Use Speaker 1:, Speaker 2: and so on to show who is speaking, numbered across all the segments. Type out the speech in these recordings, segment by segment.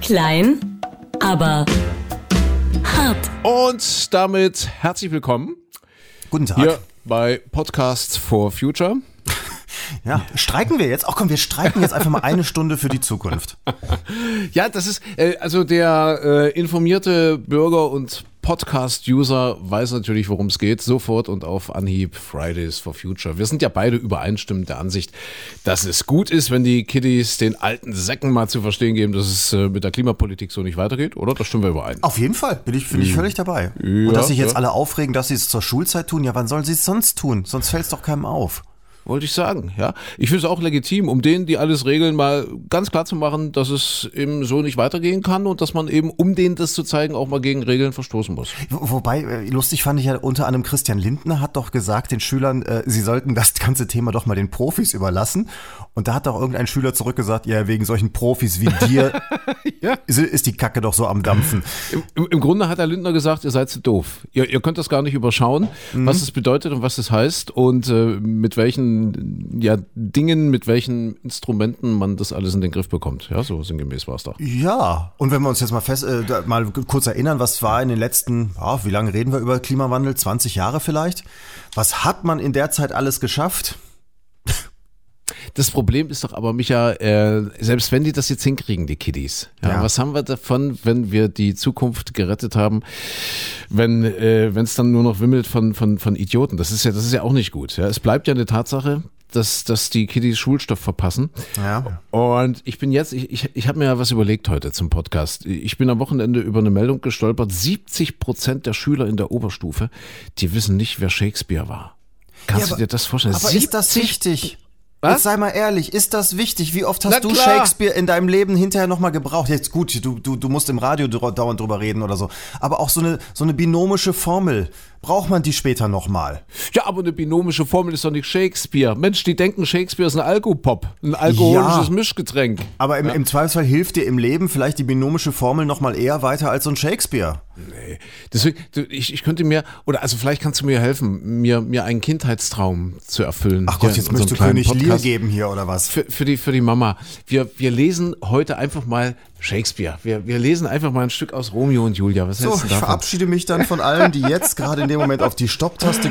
Speaker 1: Klein, aber hart.
Speaker 2: Und damit herzlich willkommen
Speaker 3: Guten Tag.
Speaker 2: hier bei Podcasts for Future.
Speaker 3: Ja, streiken wir jetzt? Ach komm, wir streiken jetzt einfach mal eine Stunde für die Zukunft.
Speaker 2: Ja, das ist, äh, also der äh, informierte Bürger und Podcast-User weiß natürlich, worum es geht, sofort und auf Anhieb Fridays for Future. Wir sind ja beide übereinstimmend der Ansicht, dass es gut ist, wenn die Kiddies den alten Säcken mal zu verstehen geben, dass es äh, mit der Klimapolitik so nicht weitergeht, oder? Da stimmen wir überein.
Speaker 3: Auf jeden Fall, bin ich, bin ich völlig dabei. Und dass sich jetzt alle aufregen, dass sie es zur Schulzeit tun, ja, wann sollen sie es sonst tun? Sonst fällt es doch keinem auf.
Speaker 2: Wollte ich sagen, ja. Ich finde es auch legitim, um denen, die alles regeln, mal ganz klar zu machen, dass es eben so nicht weitergehen kann und dass man eben, um denen das zu zeigen, auch mal gegen Regeln verstoßen muss.
Speaker 3: Wo- Wobei, äh, lustig fand ich ja unter anderem Christian Lindner hat doch gesagt den Schülern, äh, sie sollten das ganze Thema doch mal den Profis überlassen. Und da hat doch irgendein Schüler zurückgesagt, ja, wegen solchen Profis wie dir ist, ist die Kacke doch so am Dampfen.
Speaker 2: Im, im- Im Grunde hat Herr Lindner gesagt, ihr seid zu doof. Ihr, ihr könnt das gar nicht überschauen, was es bedeutet und was es heißt und äh, mit welchen ja, Dingen, mit welchen Instrumenten man das alles in den Griff bekommt. Ja, so sinngemäß war es doch.
Speaker 3: Ja, und wenn wir uns jetzt mal fest, äh, da- mal kurz erinnern, was war in den letzten, ah, wie lange reden wir über Klimawandel? 20 Jahre vielleicht? Was hat man in der Zeit alles geschafft?
Speaker 2: Das Problem ist doch aber, Micha, äh, selbst wenn die das jetzt hinkriegen, die Kiddies, ja,
Speaker 3: Ja.
Speaker 2: was haben wir davon, wenn wir die Zukunft gerettet haben, wenn äh, es dann nur noch wimmelt von, von, von Idioten? Das ist ja, das ist ja auch nicht gut. Ja. Es bleibt ja eine Tatsache, dass, dass die Kiddies Schulstoff verpassen.
Speaker 3: Ja.
Speaker 2: Und ich bin jetzt, ich, ich, ich habe mir ja was überlegt heute zum Podcast. Ich bin am Wochenende über eine Meldung gestolpert. 70 Prozent der Schüler in der Oberstufe, die wissen nicht, wer Shakespeare war. Kannst
Speaker 3: Ja,
Speaker 2: du dir das vorstellen?
Speaker 3: Aber ist das wichtig?
Speaker 2: Was?
Speaker 3: Jetzt sei mal ehrlich, ist das wichtig? Wie oft hast
Speaker 2: Na
Speaker 3: du
Speaker 2: klar.
Speaker 3: Shakespeare in deinem Leben hinterher nochmal gebraucht? Jetzt gut, du, du, du musst im Radio dr- dauernd drüber reden oder so. Aber auch so eine, so eine binomische Formel, braucht man die später nochmal?
Speaker 2: Ja, aber eine binomische Formel ist doch nicht Shakespeare. Mensch, die denken, Shakespeare ist ein Alkopop, ein alkoholisches
Speaker 3: Ja.
Speaker 2: Mischgetränk.
Speaker 3: Aber im, im Zweifelsfall hilft dir im Leben vielleicht die binomische Formel nochmal eher weiter als so ein Shakespeare.
Speaker 2: Deswegen, du, ich, ich könnte mir, oder also vielleicht kannst du mir helfen, mir, mir einen Kindheitstraum zu erfüllen.
Speaker 3: Ach Gott,
Speaker 2: Hier
Speaker 3: jetzt
Speaker 2: in unserem
Speaker 3: möchtest du
Speaker 2: kleinen
Speaker 3: König Lear
Speaker 2: Podcast.
Speaker 3: geben hier oder was?
Speaker 2: Für, für, die, für die Mama. Wir, wir lesen heute einfach mal Shakespeare. Wir, wir lesen einfach mal ein Stück aus Romeo und Julia. Was
Speaker 3: So,
Speaker 2: hältst du
Speaker 3: ich
Speaker 2: davon?
Speaker 3: verabschiede mich dann von allen, die jetzt gerade in dem Moment auf die Stopptaste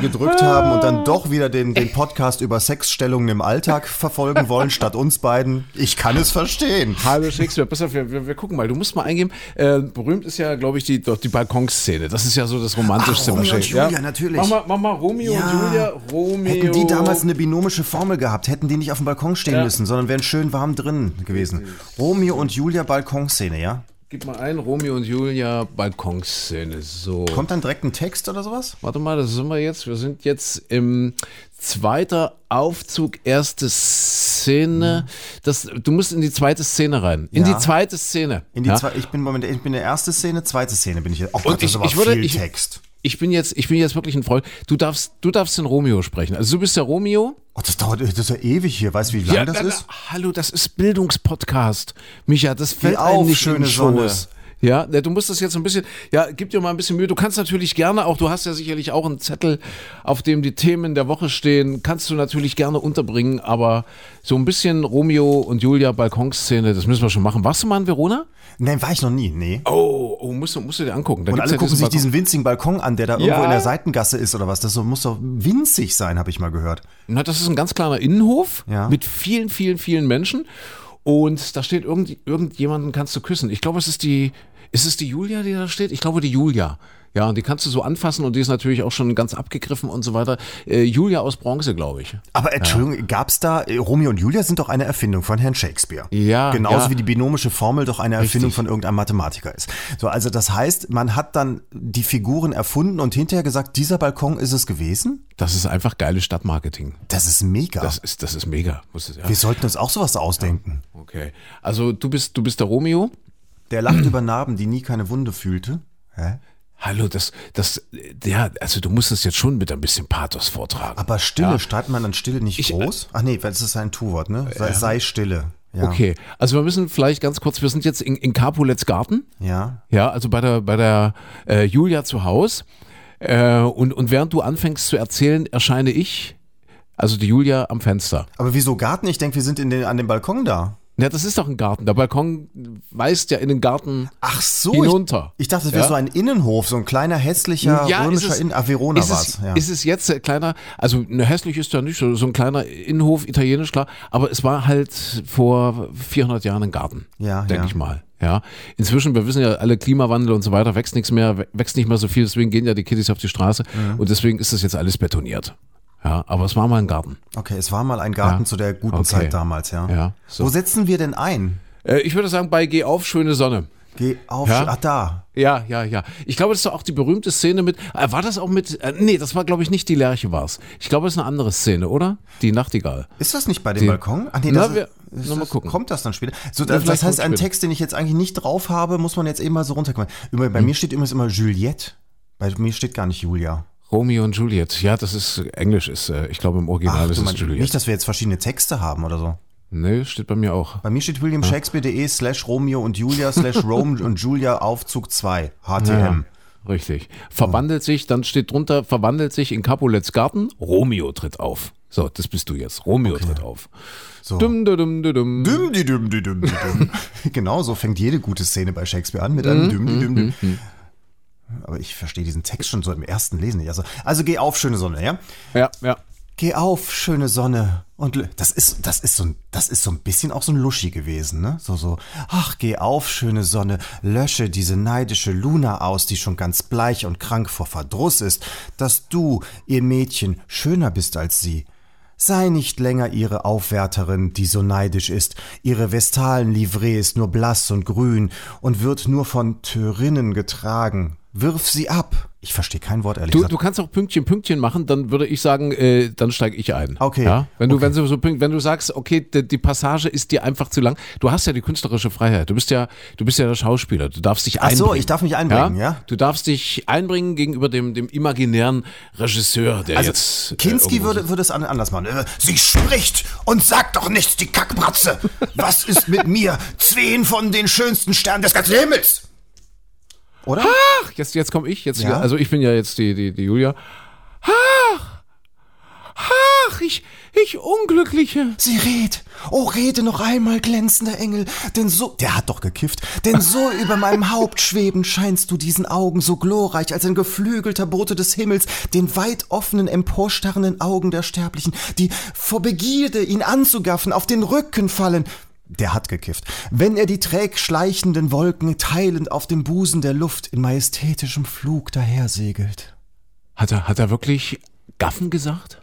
Speaker 3: gedrückt haben und dann doch wieder den, den Podcast über Sexstellungen im Alltag verfolgen wollen, statt uns beiden. Ich kann es verstehen.
Speaker 2: Hallo Shakespeare, pass auf, wir, wir, wir gucken mal. Du musst mal eingeben. Äh, berühmt ist ja, glaube ich, die, doch die Balkonszene. Das ist ja so das romantischste.
Speaker 3: Ach, Romeo
Speaker 2: was
Speaker 3: und
Speaker 2: Shakespeare-
Speaker 3: Julia, natürlich.
Speaker 2: Mach mal, mach mal Romeo
Speaker 3: Ja.
Speaker 2: und Julia. Romeo.
Speaker 3: Hätten die damals eine binomische Formel gehabt, hätten die nicht auf dem Balkon stehen müssen, sondern wären schön warm drin gewesen. Romeo und Julia Balkonszene, ja?
Speaker 2: Gib mal ein, Romeo und Julia, Balkonszene. So.
Speaker 3: Kommt dann direkt ein Text oder sowas?
Speaker 2: Warte mal, das sind wir jetzt. Wir sind jetzt im zweiter Aufzug, erste Szene. Das, du musst in die zweite Szene rein. In
Speaker 3: Mhm. Ja.
Speaker 2: die zweite Szene.
Speaker 3: In die
Speaker 2: ja?
Speaker 3: zwei, ich bin Moment, ich bin der erste Szene, zweite Szene bin ich jetzt. Oh Gott, das
Speaker 2: ich-
Speaker 3: ist aber
Speaker 2: ich würde-
Speaker 3: viel
Speaker 2: ich-
Speaker 3: Text.
Speaker 2: ich bin jetzt, ich bin jetzt wirklich ein Freund. Du darfst, du darfst den Romeo sprechen. Also du bist der Romeo.
Speaker 3: Oh, das dauert, das ist ja ewig hier. Weißt du, wie lang das
Speaker 2: na, na,
Speaker 3: ist?
Speaker 2: Hallo, das ist Bildungspodcast. Micha, das fällt
Speaker 3: auf,
Speaker 2: einem nicht in
Speaker 3: schöne
Speaker 2: den Schoß.
Speaker 3: Sonne.
Speaker 2: Ja, na, du musst das jetzt ein bisschen, ja, gib dir mal ein bisschen Mühe. Du kannst natürlich gerne auch, du hast ja sicherlich auch einen Zettel, auf dem die Themen der Woche stehen, kannst du natürlich gerne unterbringen, aber so ein bisschen Romeo und Julia Balkonszene, das müssen wir schon machen. Warst du mal in Verona?
Speaker 3: Nein, war ich noch nie, nee.
Speaker 2: Oh, oh musst, du, musst du dir angucken. Da
Speaker 3: Und
Speaker 2: gibt's
Speaker 3: alle
Speaker 2: ja
Speaker 3: gucken sich
Speaker 2: Balkon-
Speaker 3: diesen winzigen Balkon an, der da irgendwo
Speaker 2: Ja.
Speaker 3: in der Seitengasse ist oder was. Das so- muss doch winzig sein, habe ich mal gehört.
Speaker 2: Na, das ist ein ganz kleiner Innenhof
Speaker 3: Ja.
Speaker 2: mit vielen, vielen, vielen Menschen. Und da steht irgend, irgendjemanden kannst du küssen. Ich glaube, es ist die, ist es die Julia, die da steht? Ich glaube, die Julia. Ja, und die kannst du so anfassen und die ist natürlich auch schon ganz abgegriffen und so weiter. Äh, Julia aus Bronze, glaube ich.
Speaker 3: Aber Entschuldigung, gab's da, äh, Romeo und Julia sind doch eine Erfindung von Herrn Shakespeare.
Speaker 2: Ja,
Speaker 3: Genauso
Speaker 2: ja.
Speaker 3: wie die binomische Formel doch eine Erfindung von irgendeinem Mathematiker ist. So, also das heißt, man hat dann die Figuren erfunden und hinterher gesagt, dieser Balkon ist es gewesen?
Speaker 2: Das ist einfach geiles Stadtmarketing.
Speaker 3: Das ist mega.
Speaker 2: Das ist, das ist mega. Muss es, ja.
Speaker 3: Wir sollten uns auch sowas ausdenken.
Speaker 2: Okay. Also du bist, du bist der Romeo.
Speaker 3: Der lacht über Narben, die nie keine Wunde fühlte. Hä?
Speaker 2: Hallo, das, das, äh, ja, also du musst es jetzt schon mit ein bisschen Pathos vortragen.
Speaker 3: Aber Stille, schreibt man dann Stille nicht
Speaker 2: äh,
Speaker 3: groß? Ach nee, das ist ein Tu-Wort, ne? Sei, sei stille. Ja.
Speaker 2: Okay, also wir müssen vielleicht ganz kurz, wir sind jetzt in, in Capulets Garten.
Speaker 3: Ja.
Speaker 2: Ja, also bei der, bei der äh, Julia zu Haus. Äh, und, und während du anfängst zu erzählen, erscheine ich, also die Julia am Fenster.
Speaker 3: Aber wieso Garten? Ich denke, wir sind in den, an dem Balkon da.
Speaker 2: Ja, das ist doch ein Garten. Der Balkon weist ja in den Garten.
Speaker 3: Ach so.
Speaker 2: Hinunter.
Speaker 3: Ich, ich dachte, das wäre
Speaker 2: Ja.
Speaker 3: so ein Innenhof, so ein kleiner hässlicher römischer Innen. Ah, Verona
Speaker 2: ist
Speaker 3: war's.
Speaker 2: es,
Speaker 3: Ja.
Speaker 2: ist es jetzt ein kleiner, also ne, hässlich ist ja nicht, so so ein kleiner Innenhof, italienisch, klar, aber es war halt vor 400 Jahren ein Garten,
Speaker 3: Ja,
Speaker 2: denke
Speaker 3: ja.
Speaker 2: ich mal. Ja, inzwischen, wir wissen ja alle Klimawandel und so weiter, wächst nichts mehr, wä- wächst nicht mehr so viel, deswegen gehen ja die Kittys auf die Straße und deswegen ist das jetzt alles betoniert. Ja, aber es war mal ein Garten.
Speaker 3: Okay, es war mal ein
Speaker 2: Ja.
Speaker 3: Garten zu der guten
Speaker 2: Okay.
Speaker 3: Zeit damals, ja.
Speaker 2: Ja, so.
Speaker 3: Wo setzen wir denn ein?
Speaker 2: Äh, ich würde sagen, bei Geh auf, schöne Sonne.
Speaker 3: Geh auf.
Speaker 2: Ja.
Speaker 3: Ach, da.
Speaker 2: Ja, ja, ja. Ich glaube, das ist auch die berühmte Szene mit. Äh, war das auch mit. Äh, nee, das war, glaube ich, nicht die Lerche war's. Ich glaube, das ist eine andere Szene, oder? Die Nachtigall.
Speaker 3: Ist das nicht bei dem Balkon? Ach nee,
Speaker 2: Na,
Speaker 3: das
Speaker 2: wir-
Speaker 3: ist,
Speaker 2: na, mal
Speaker 3: das,
Speaker 2: gucken.
Speaker 3: kommt das dann später. So,
Speaker 2: Na,
Speaker 3: das, das
Speaker 2: vielleicht
Speaker 3: heißt,
Speaker 2: kommt
Speaker 3: einen
Speaker 2: später.
Speaker 3: Text, den ich jetzt eigentlich nicht drauf habe, muss man jetzt eben mal so runterkommen. Über,
Speaker 2: Hm.
Speaker 3: bei mir steht übrigens immer Juliette. Bei mir steht gar nicht Julia.
Speaker 2: Romeo und Juliet. Ja, das ist. Englisch ist. Äh, ich glaube, im Original ist
Speaker 3: du
Speaker 2: es
Speaker 3: meinst-
Speaker 2: Juliet.
Speaker 3: nicht, dass wir jetzt verschiedene Texte haben oder so.
Speaker 2: nee, steht bei mir auch.
Speaker 3: Bei mir steht
Speaker 2: Ah.
Speaker 3: williamshakespeare.de slash Romeo und Julia slash Rome und Julia Aufzug 2 HTM.
Speaker 2: Richtig. Verwandelt sich, dann steht drunter, verwandelt sich in Capulets Garten. Romeo tritt auf. So, das bist du jetzt. Romeo tritt auf.
Speaker 3: So.
Speaker 2: Dum, dum, dum, dum, dum.
Speaker 3: Düm, di, düm, di, düm, di, düm. genau so fängt jede gute Szene bei Shakespeare an mit einem
Speaker 2: Mhm,
Speaker 3: düm, di, düm, düm. Aber ich verstehe diesen Text schon so im ersten Lesen nicht. Also, also geh auf, schöne Sonne, ja?
Speaker 2: Ja, ja.
Speaker 3: Geh auf, schöne Sonne. Und lö- das ist, das ist so ein, das ist so ein bisschen auch so ein Luschi gewesen, ne? So, so, ach, geh auf, schöne Sonne, lösche diese neidische Luna aus, die schon ganz bleich und krank vor Verdruss ist, dass du, ihr Mädchen, schöner bist als sie. Sei nicht länger ihre Aufwärterin, die so neidisch ist. Ihre Vestalenlivree ist nur blass und grün und wird nur von Tyrinnen getragen. Wirf sie ab. Ich verstehe kein Wort, ehrlich
Speaker 2: Du,
Speaker 3: gesagt.
Speaker 2: du kannst auch Pünktchen, Pünktchen machen, dann würde ich sagen, äh, dann steige ich ein.
Speaker 3: Okay.
Speaker 2: Ja? Wenn, du, wenn, du so, pünkt- wenn du sagst, okay, die, die Passage ist dir einfach zu lang, du hast ja die künstlerische Freiheit. Du bist ja, du bist ja der Schauspieler. Du darfst dich
Speaker 3: Ach
Speaker 2: einbringen.
Speaker 3: so, ich darf mich einbringen, ja?
Speaker 2: Du darfst dich einbringen gegenüber dem, dem imaginären Regisseur, der
Speaker 3: Also,
Speaker 2: jetzt. äh,
Speaker 3: Kinski
Speaker 2: irgendwo
Speaker 3: würde, würde es an- anders machen. Äh, Sie spricht und sagt doch nichts, die Kackbratze. Was ist mit mir? Zehn von den schönsten Sternen des ganzen Himmels. Oder?
Speaker 2: Ach, jetzt, jetzt komme ich. Jetzt,
Speaker 3: Ja?
Speaker 2: Also ich bin ja jetzt die, die, die Julia. Ach, ach, ich, ich Unglückliche.
Speaker 3: Sie redet. Oh, rede noch einmal, glänzender Engel. Denn so. Der hat doch gekifft. Denn so über meinem Haupt schwebend scheinst du diesen Augen so glorreich als ein geflügelter Bote des Himmels, den weit offenen, emporstarrenden Augen der Sterblichen, die vor Begierde, ihn anzugaffen, auf den Rücken fallen. Der hat gekifft. Wenn er die träg schleichenden Wolken teilend auf dem Busen der Luft in majestätischem Flug dahersegelt.
Speaker 2: Hat er, hat er wirklich Gaffen gesagt?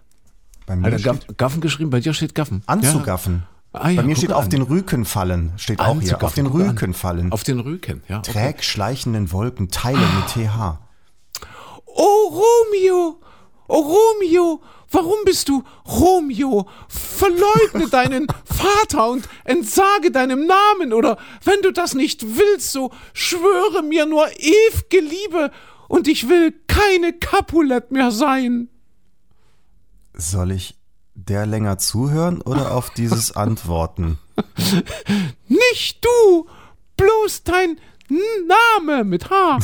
Speaker 3: Bei
Speaker 2: Hat
Speaker 3: mir
Speaker 2: er
Speaker 3: steht
Speaker 2: Gaff, Gaffen geschrieben? Bei dir steht Gaffen.
Speaker 3: anzugaffen.
Speaker 2: Ah, ja,
Speaker 3: Bei mir
Speaker 2: guck
Speaker 3: steht auf
Speaker 2: an.
Speaker 3: den Rücken fallen. Steht auch hier. Auf
Speaker 2: Anzugaffen,
Speaker 3: den
Speaker 2: guck an.
Speaker 3: Rücken fallen.
Speaker 2: Ja. Auf den Rücken, Ah. ja.
Speaker 3: träg schleichenden Wolken teilen mit TH.
Speaker 2: Oh Romeo, oh Romeo, warum bist du Romeo? Verleugne deinen Vater und entsage deinem Namen oder wenn du das nicht willst, so schwöre mir nur ewige Liebe und ich will keine Capulet mehr sein.
Speaker 3: Soll ich der länger zuhören oder auf dieses antworten?
Speaker 2: Nicht du, bloß dein Name mit H.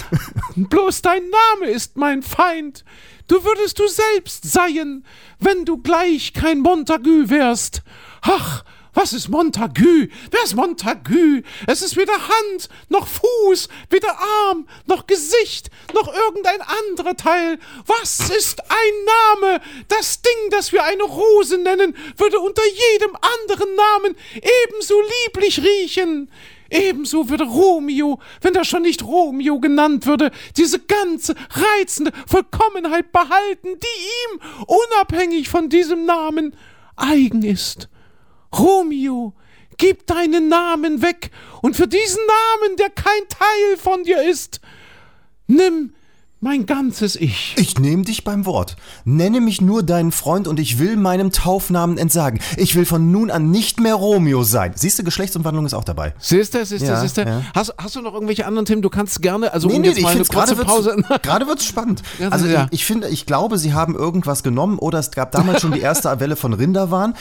Speaker 2: bloß dein Name ist mein Feind. Du würdest du selbst seien, wenn du gleich kein Montagu wärst. Ach, was ist Montagu? Wer ist Montagu? Es ist weder Hand noch Fuß, weder Arm noch Gesicht noch irgendein anderer Teil. Was ist ein Name? Das Ding, das wir eine Rose nennen, würde unter jedem anderen Namen ebenso lieblich riechen. Ebenso würde Romeo, wenn er schon nicht Romeo genannt würde, diese ganze reizende Vollkommenheit behalten, die ihm, unabhängig von diesem Namen, eigen ist. Romeo, gib deinen Namen weg und für diesen Namen, der kein Teil von dir ist, nimm mein ganzes Ich.
Speaker 3: Ich nehme dich beim Wort. Nenne mich nur deinen Freund und ich will meinem Taufnamen entsagen. Ich will von nun an nicht mehr Romeo sein. Siehst du, Geschlechtsumwandlung ist auch dabei.
Speaker 2: Siehst du, siehst du,
Speaker 3: Ja,
Speaker 2: siehst du.
Speaker 3: ja.
Speaker 2: Hast, hast du noch irgendwelche anderen Themen? Du kannst gerne, also
Speaker 3: Nee,
Speaker 2: um
Speaker 3: nee,
Speaker 2: jetzt
Speaker 3: ich
Speaker 2: mal eine
Speaker 3: finde gerade
Speaker 2: kurze Pause.
Speaker 3: wird's, gerade wird's spannend.
Speaker 2: Ja,
Speaker 3: also
Speaker 2: ja.
Speaker 3: ich, ich finde, ich glaube, sie haben irgendwas genommen oder es gab damals schon die erste Welle von Rinderwahn.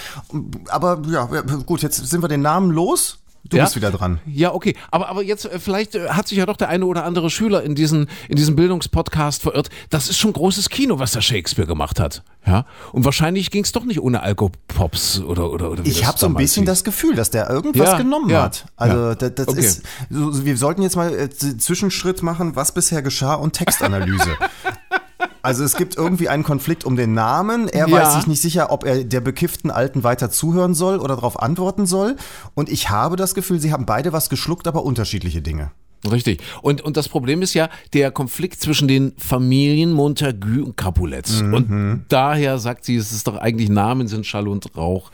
Speaker 3: Aber ja, ja, gut, jetzt sind wir den Namen los. Du
Speaker 2: ja?
Speaker 3: bist wieder dran.
Speaker 2: Ja, okay. Aber, aber jetzt, äh, vielleicht äh, hat sich ja doch der eine oder andere Schüler in, diesen, in diesem Bildungspodcast verirrt. Das ist schon großes Kino, was der Shakespeare gemacht hat. Ja? Und wahrscheinlich ging es doch nicht ohne Alkopops oder, oder, oder wie
Speaker 3: Ich
Speaker 2: das
Speaker 3: habe so ein
Speaker 2: damals
Speaker 3: bisschen
Speaker 2: hieß.
Speaker 3: das Gefühl, dass der irgendwas
Speaker 2: Ja,
Speaker 3: genommen
Speaker 2: ja,
Speaker 3: hat. Also
Speaker 2: ja.
Speaker 3: das, das
Speaker 2: Okay.
Speaker 3: ist, so, so, wir sollten jetzt mal äh, Z- Zwischenschritt machen, was bisher geschah und Textanalyse. Also es gibt irgendwie einen Konflikt um den Namen. Er
Speaker 2: Ja.
Speaker 3: weiß sich nicht sicher, ob er der bekifften Alten weiter zuhören soll oder darauf antworten soll. Und ich habe das Gefühl, sie haben beide was geschluckt, aber unterschiedliche Dinge.
Speaker 2: Richtig. Und, und das Problem ist ja der Konflikt zwischen den Familien Montagu und Capulets. Und daher sagt sie, es ist doch eigentlich Namen sind Schall und Rauch.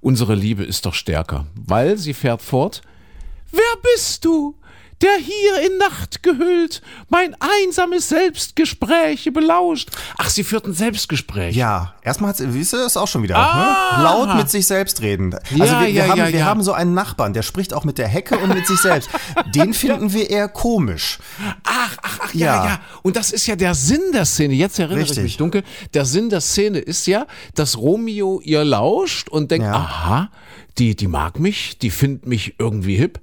Speaker 2: Unsere Liebe ist doch stärker. Weil sie fährt fort. Wer bist du, der hier in Nacht gehüllt mein einsames Selbstgespräche belauscht? Ach, sie führt ein Selbstgespräch.
Speaker 3: Ja, erstmal hat sie, ist auch schon wieder
Speaker 2: Ah.
Speaker 3: ne? laut mit sich selbst reden. Also
Speaker 2: Ja,
Speaker 3: wir, wir,
Speaker 2: ja,
Speaker 3: haben,
Speaker 2: ja,
Speaker 3: wir
Speaker 2: ja.
Speaker 3: haben so einen Nachbarn, der spricht auch mit der Hecke und mit sich selbst. Den finden wir eher komisch.
Speaker 2: Ach, ach, ach, ja,
Speaker 3: Ja.
Speaker 2: ja, ja. Und das ist ja der Sinn der Szene. Jetzt erinnere
Speaker 3: Richtig.
Speaker 2: ich mich dunkel. Der Sinn der Szene ist ja, dass Romeo ihr lauscht und denkt,
Speaker 3: Ja.
Speaker 2: aha, die, die mag mich, die findet mich irgendwie hip.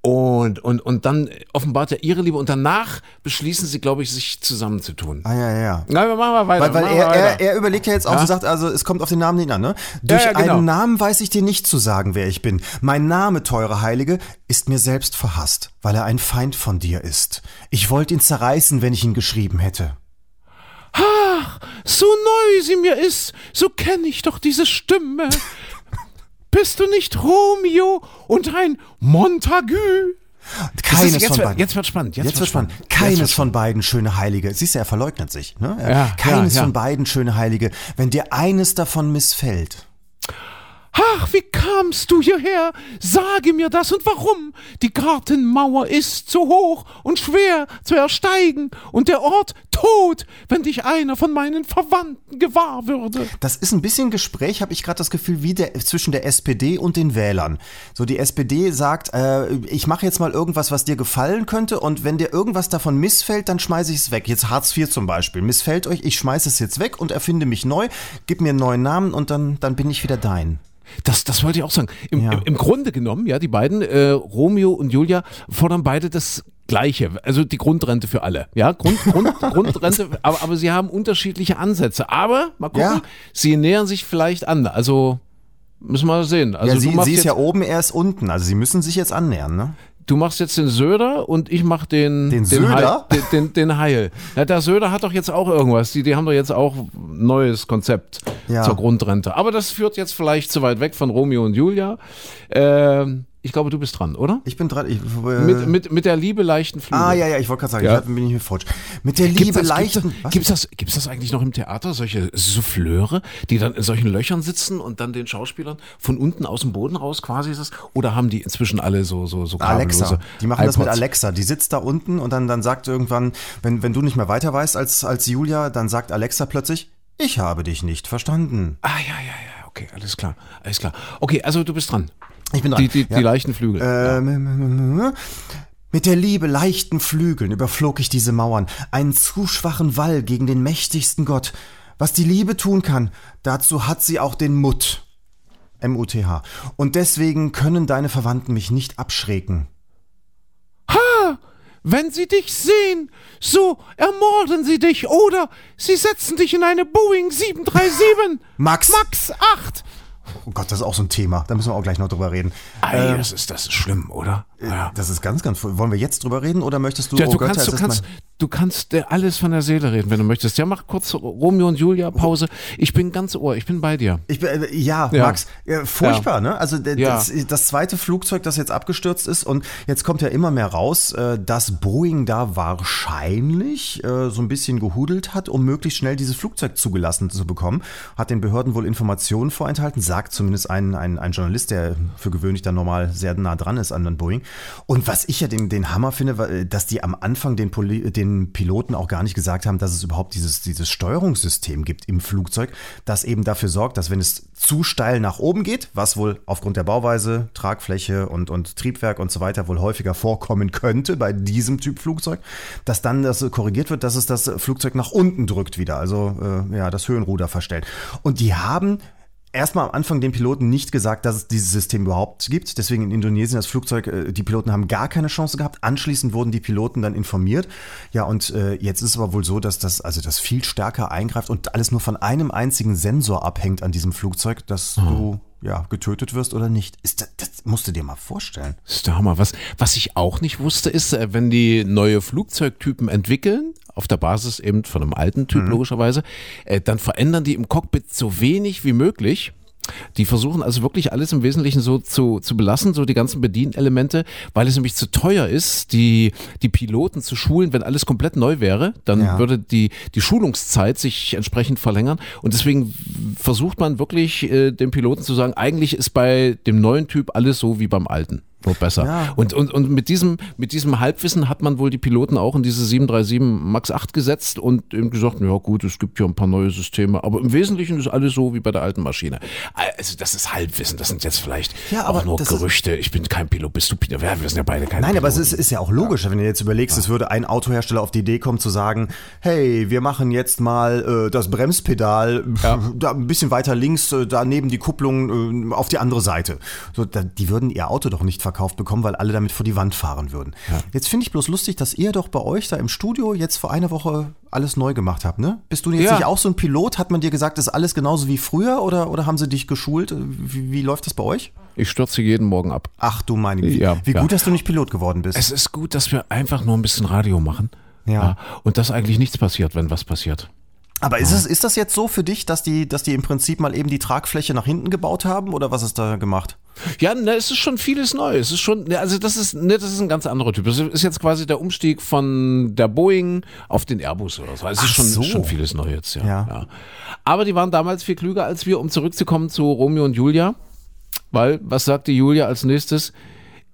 Speaker 2: Und, und, und dann offenbart er ihre Liebe und danach beschließen sie, glaube ich, sich zusammenzutun.
Speaker 3: Ah ja, ja.
Speaker 2: Na, wir machen mal weiter.
Speaker 3: Weil, weil
Speaker 2: machen
Speaker 3: er,
Speaker 2: wir
Speaker 3: er,
Speaker 2: weiter.
Speaker 3: er überlegt ja jetzt auch und sagt, also es kommt auf den Namen nicht an, ne? Durch
Speaker 2: ja, genau.
Speaker 3: einen Namen weiß ich dir nicht zu sagen, wer ich bin. Mein Name, teure Heilige, ist mir selbst verhasst, weil er ein Feind von dir ist. Ich wollte ihn zerreißen, wenn ich ihn geschrieben hätte.
Speaker 2: so neu sie mir ist, so kenne ich doch diese Stimme. Bist du nicht Romeo und ein Montagu? Das
Speaker 3: Keines
Speaker 2: ist, jetzt,
Speaker 3: von
Speaker 2: wird,
Speaker 3: beiden.
Speaker 2: jetzt wird spannend. Jetzt,
Speaker 3: Jetzt wird spannend. Keines von beiden, schöne Heilige. Siehst du, er verleugnet sich. Ne? Er-
Speaker 2: Ja,
Speaker 3: Keines
Speaker 2: ja, ja.
Speaker 3: von beiden, schöne Heilige. Wenn dir eines davon missfällt.
Speaker 2: Ach, wie kamst du hierher? Sage mir das und warum? Die Gartenmauer ist so hoch und schwer zu ersteigen und der Ort tot, wenn dich einer von meinen Verwandten gewahr würde.
Speaker 3: Das ist ein bisschen Gespräch, habe ich gerade das Gefühl, wie der, zwischen der SPD und den Wählern. So, die SPD sagt, äh, ich mache jetzt mal irgendwas, was dir gefallen könnte und wenn dir irgendwas davon missfällt, dann schmeiße ich es weg. Jetzt Hartz IV zum Beispiel. Missfällt euch, ich schmeiße es jetzt weg und erfinde mich neu, gib mir einen neuen Namen und dann, dann bin ich wieder dein.
Speaker 2: Das, das wollte ich auch sagen. Im,
Speaker 3: Ja.
Speaker 2: im, Im Grunde genommen, ja, die beiden, äh, Romeo und Julia, fordern beide das Gleiche, also die Grundrente für alle. Ja, Grund, Grund, Grundrente, aber, aber sie haben unterschiedliche Ansätze. Aber, mal gucken,
Speaker 3: Ja.
Speaker 2: sie nähern sich vielleicht an. Also, müssen wir sehen. Also,
Speaker 3: Ja,
Speaker 2: du
Speaker 3: sie,
Speaker 2: machst
Speaker 3: sie ist
Speaker 2: jetzt-
Speaker 3: ja oben, er ist unten. Also sie müssen sich jetzt annähern, ne?
Speaker 2: du machst jetzt den Söder und ich mach den
Speaker 3: Den
Speaker 2: Heil,
Speaker 3: Söder?
Speaker 2: den, den, den Heil. Na, der Söder hat doch jetzt auch irgendwas. Die, die haben doch jetzt auch ein neues Konzept
Speaker 3: Ja.
Speaker 2: zur Grundrente. Aber das führt jetzt vielleicht zu weit weg von Romeo und Julia. Ähm, ich glaube, du bist dran, oder?
Speaker 3: Ich bin dran. Ich, äh,
Speaker 2: Mit, mit, mit der Liebe leichten Flügel.
Speaker 3: ah, ja, ja, ich wollte gerade sagen,
Speaker 2: Ja.
Speaker 3: ich bin ich mir falsch. Mit der
Speaker 2: Gibt's
Speaker 3: Liebe
Speaker 2: das,
Speaker 3: leichten.
Speaker 2: Gibt's das,
Speaker 3: Was?
Speaker 2: gibt's, das, gibt's das eigentlich noch im Theater, solche Souffleure, die dann in solchen Löchern sitzen und dann den Schauspielern von unten aus dem Boden raus quasi ist? es? Oder haben die inzwischen alle so, so, so kabellose
Speaker 3: Alexa. Die machen das mit
Speaker 2: iPods?
Speaker 3: Alexa. Die sitzt da unten und dann, dann sagt irgendwann, wenn, wenn du nicht mehr weiter weißt als, als Julia, dann sagt Alexa plötzlich, ich habe dich nicht verstanden.
Speaker 2: Ah, ja, ja, ja, okay, alles klar, alles klar. Okay, also du bist dran.
Speaker 3: Ich bin dran.
Speaker 2: Die, die,
Speaker 3: Ja. Äh.
Speaker 2: die leichten Flügel.
Speaker 3: Ähm, Mit der Liebe leichten Flügeln überflog ich diese Mauern, einen zu schwachen Wall gegen den mächtigsten Gott. Was die Liebe tun kann, dazu hat sie auch den Mut. M-U-T-H. Und deswegen können deine Verwandten mich nicht abschrecken.
Speaker 2: Wenn sie dich sehen, so ermorden sie dich oder sie setzen dich in eine Boeing 737
Speaker 3: Max!
Speaker 2: Max 8.
Speaker 3: Oh Gott, das ist auch so ein Thema. Da müssen wir auch gleich noch drüber reden.
Speaker 2: Ei,
Speaker 3: Äh.
Speaker 2: das, ist, das ist schlimm, oder? Ja.
Speaker 3: Das ist ganz, ganz. Wollen wir jetzt drüber reden oder möchtest du?
Speaker 2: Ah. Ja,
Speaker 3: Äh, oh
Speaker 2: du,
Speaker 3: Gott,
Speaker 2: kannst,
Speaker 3: es
Speaker 2: du,
Speaker 3: ist
Speaker 2: kannst, du kannst dir alles von der Seele reden, wenn du möchtest. Ja, mach kurz Romeo und Julia Pause. Ich bin ganz ohr, ich bin bei dir.
Speaker 3: Ich, bin- äh, ja,
Speaker 2: Ja.
Speaker 3: Max, ja, furchtbar, ne? Also d-
Speaker 2: Ja.
Speaker 3: das, das zweite Flugzeug, das jetzt abgestürzt ist und jetzt kommt ja immer mehr raus, äh, dass Boeing da wahrscheinlich äh, so ein bisschen gehudelt hat, um möglichst schnell dieses Flugzeug zugelassen zu bekommen. Hat den Behörden wohl Informationen vorenthalten, sagt zumindest ein, ein, ein Journalist, der für gewöhnlich dann normal sehr nah dran ist an den Boeing. Und was ich ja den, den Hammer finde, war, äh, dass die am Anfang den, Poli den Piloten auch gar nicht gesagt haben, dass es überhaupt dieses, dieses Steuerungssystem gibt im Flugzeug, das eben dafür sorgt, dass wenn es zu steil nach oben geht, was wohl aufgrund der Bauweise, Tragfläche und, und Triebwerk und so weiter wohl häufiger vorkommen könnte bei diesem Typ Flugzeug, dass dann das äh, korrigiert wird, dass es das äh, Flugzeug nach unten drückt wieder, also äh, ja, das Höhenruder verstellt. Und die haben erstmal am Anfang den Piloten nicht gesagt, dass es dieses System überhaupt gibt. Deswegen in Indonesien das Flugzeug, äh, die Piloten haben gar keine Chance gehabt. Anschließend wurden die Piloten dann informiert. Ja, und äh, jetzt ist es aber wohl so, dass das also das viel stärker eingreift und alles nur von einem einzigen Sensor abhängt an diesem Flugzeug, dass du ja getötet wirst oder nicht. Ist das, das musst du dir mal vorstellen.
Speaker 2: Das ist der Hammer. Was, was ich auch nicht wusste, ist, äh, wenn die neue Flugzeugtypen entwickeln, auf der Basis eben von einem alten Typ logischerweise, äh, dann verändern die im Cockpit so wenig wie möglich. Die versuchen also wirklich alles im Wesentlichen so zu, zu belassen, so die ganzen Bedienelemente, weil es nämlich zu teuer ist, die, die Piloten zu schulen. Wenn alles komplett neu wäre, dann
Speaker 3: Ja.
Speaker 2: würde die, die Schulungszeit sich entsprechend verlängern. Und deswegen versucht man wirklich äh, dem Piloten zu sagen, eigentlich ist bei dem neuen Typ alles so wie beim alten. Nur besser.
Speaker 3: Ja.
Speaker 2: Und, und, und mit, diesem, mit diesem Halbwissen hat man wohl die Piloten auch in diese 737 MAX 8 gesetzt und eben gesagt, ja gut, es gibt ja ein paar neue Systeme, aber im Wesentlichen ist alles so wie bei der alten Maschine. Also das ist Halbwissen, das sind jetzt vielleicht
Speaker 3: Ja,
Speaker 2: auch
Speaker 3: aber
Speaker 2: nur
Speaker 3: das ist-
Speaker 2: Gerüchte. Ich bin kein Pilot, bist du Pilot? Ja, wir sind ja beide keine
Speaker 3: Nein, aber es
Speaker 2: Piloten.
Speaker 3: ist, ist ja auch logisch, wenn du jetzt überlegst, es würde ein Autohersteller auf die Idee kommen zu sagen, hey, wir machen jetzt mal äh, das Bremspedal da ein bisschen weiter links, äh, daneben die Kupplung äh, auf die andere Seite. So, da, die würden ihr Auto doch nicht verkauft bekommen, weil alle damit vor die Wand fahren würden. Jetzt finde ich bloß lustig, dass ihr doch bei euch da im Studio jetzt vor einer Woche alles neu gemacht habt, ne? Bist du jetzt
Speaker 2: Ja.
Speaker 3: nicht auch so ein Pilot? Hat man dir gesagt, ist alles genauso wie früher oder, oder haben sie dich geschult? Wie, wie läuft das bei euch?
Speaker 2: Ich stürze jeden Morgen ab.
Speaker 3: Ach du meine Güte,
Speaker 2: Ja,
Speaker 3: wie
Speaker 2: ja.
Speaker 3: gut, dass du nicht Pilot geworden bist.
Speaker 2: Es ist gut, dass wir einfach nur ein bisschen Radio machen.
Speaker 3: Ja.
Speaker 2: Und dass eigentlich nichts passiert, wenn was passiert.
Speaker 3: Aber ist, es, ist das jetzt so für dich, dass die, dass die im Prinzip mal eben die Tragfläche nach hinten gebaut haben oder was ist da gemacht?
Speaker 2: Ja, ne, es ist schon vieles neu. Es ist schon, ne, also das ist, ne, das ist ein ganz anderer Typ. Das ist jetzt quasi der Umstieg von der Boeing auf den Airbus oder so. Es ist
Speaker 3: Ach
Speaker 2: schon,
Speaker 3: so.
Speaker 2: schon vieles neu jetzt, ja.
Speaker 3: Ja.
Speaker 2: Aber die waren damals viel klüger als wir, um zurückzukommen zu Romeo und Julia. Weil, was sagte Julia als nächstes?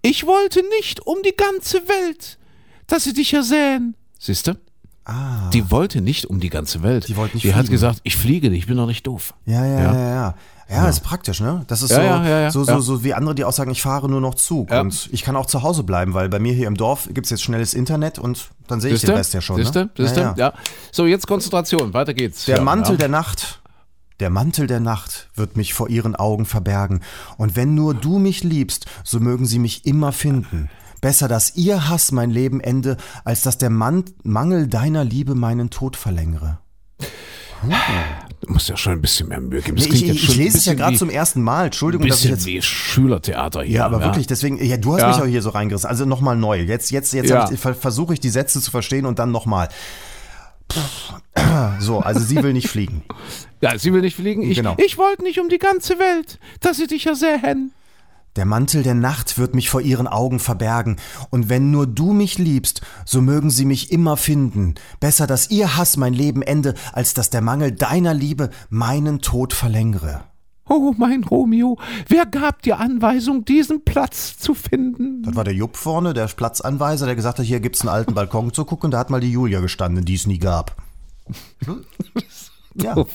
Speaker 2: Ich wollte nicht um die ganze Welt, dass sie dich ja sähen. Siehste? Ah. Die wollte nicht um die ganze Welt.
Speaker 3: Die wollte nicht
Speaker 2: hat
Speaker 3: fliegen.
Speaker 2: gesagt, ich fliege nicht, ich bin doch nicht doof.
Speaker 3: Ja, ja,
Speaker 2: Ja.
Speaker 3: ja, ja. Ja, ist praktisch, ne? Das ist
Speaker 2: Ja,
Speaker 3: so,
Speaker 2: ja, ja, ja,
Speaker 3: so, so,
Speaker 2: ja.
Speaker 3: so wie andere, die auch sagen, ich fahre nur noch Zug
Speaker 2: Ja.
Speaker 3: und ich kann auch zu Hause bleiben, weil bei mir hier im Dorf gibt es jetzt schnelles Internet und dann sehe ich den Rest ja schon.
Speaker 2: Siehste?
Speaker 3: ne?
Speaker 2: Siehste?
Speaker 3: Ja,
Speaker 2: Ja,
Speaker 3: ja.
Speaker 2: So, jetzt Konzentration, weiter geht's.
Speaker 3: Der
Speaker 2: ja,
Speaker 3: Mantel
Speaker 2: ja.
Speaker 3: der Nacht. Der Mantel der Nacht wird mich vor ihren Augen verbergen. Und wenn nur du mich liebst, so mögen sie mich immer finden. Besser, dass ihr Hass mein Leben ende, als dass der Man Mangel deiner Liebe meinen Tod verlängere.
Speaker 2: Du musst ja schon ein bisschen mehr Mühe geben. Das
Speaker 3: Nee,
Speaker 2: klingt
Speaker 3: ich,
Speaker 2: jetzt
Speaker 3: ich,
Speaker 2: schon
Speaker 3: ich
Speaker 2: ein
Speaker 3: lese es ja
Speaker 2: bisschen
Speaker 3: gerade
Speaker 2: wie-
Speaker 3: zum ersten Mal. Entschuldigung,
Speaker 2: Ein
Speaker 3: dass ich
Speaker 2: bisschen
Speaker 3: jetzt.
Speaker 2: wie Schülertheater hier.
Speaker 3: Ja, aber wirklich, deswegen, ja, du hast
Speaker 2: Ja.
Speaker 3: mich auch hier so reingerissen. Also nochmal neu. Jetzt, jetzt, jetzt
Speaker 2: Ja.
Speaker 3: hab ich- ver- versuche ich die Sätze zu verstehen und dann nochmal. So, also sie will nicht fliegen.
Speaker 2: Ja, sie will nicht fliegen. Ich,
Speaker 3: Genau.
Speaker 2: ich wollte nicht um die ganze Welt, dass sie dich ja sähen.
Speaker 3: Der Mantel der Nacht wird mich vor ihren Augen verbergen, und wenn nur du mich liebst, so mögen sie mich immer finden. Besser, dass ihr Hass mein Leben ende, als dass der Mangel deiner Liebe meinen Tod verlängere.
Speaker 2: Oh, mein Romeo, wer gab dir Anweisung, diesen Platz zu finden?
Speaker 3: Das war der Jupp vorne, der Platzanweiser, der gesagt hat, hier gibt's einen alten Balkon zu gucken, da hat mal die Julia gestanden, die es nie gab. Ja.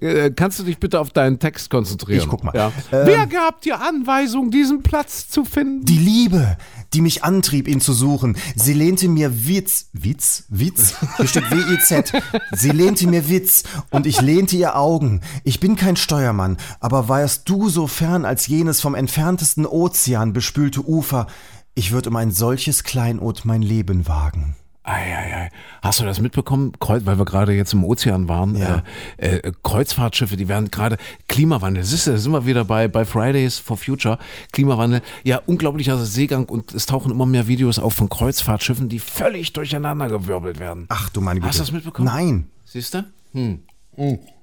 Speaker 2: Äh, Kannst du dich bitte auf deinen Text konzentrieren?
Speaker 3: Ich guck mal. Ähm.
Speaker 2: Ja. Wer gab dir Anweisung, diesen Platz zu finden?
Speaker 3: Die Liebe, die mich antrieb, ihn zu suchen. Sie lehnte mir Witz, Witz, Witz, hier steht W-I-Z. Sie lehnte mir Witz und ich lehnte ihr Augen. Ich bin kein Steuermann, aber warst du so fern als jenes vom entferntesten Ozean bespülte Ufer, ich würde um ein solches Kleinod mein Leben wagen.
Speaker 2: Ei, ei, ei. Hast du das mitbekommen? Kreuz, weil wir gerade jetzt im Ozean waren.
Speaker 3: Ja.
Speaker 2: Äh, äh, Kreuzfahrtschiffe, die werden gerade Klimawandel. Siehst du, da sind wir wieder bei, bei Fridays for Future. Klimawandel. Ja, unglaublicher Seegang und es tauchen immer mehr Videos auf von Kreuzfahrtschiffen, die völlig durcheinander gewirbelt werden.
Speaker 3: Ach du meine Güte.
Speaker 2: Hast du das mitbekommen?
Speaker 3: Nein.
Speaker 2: Siehst du?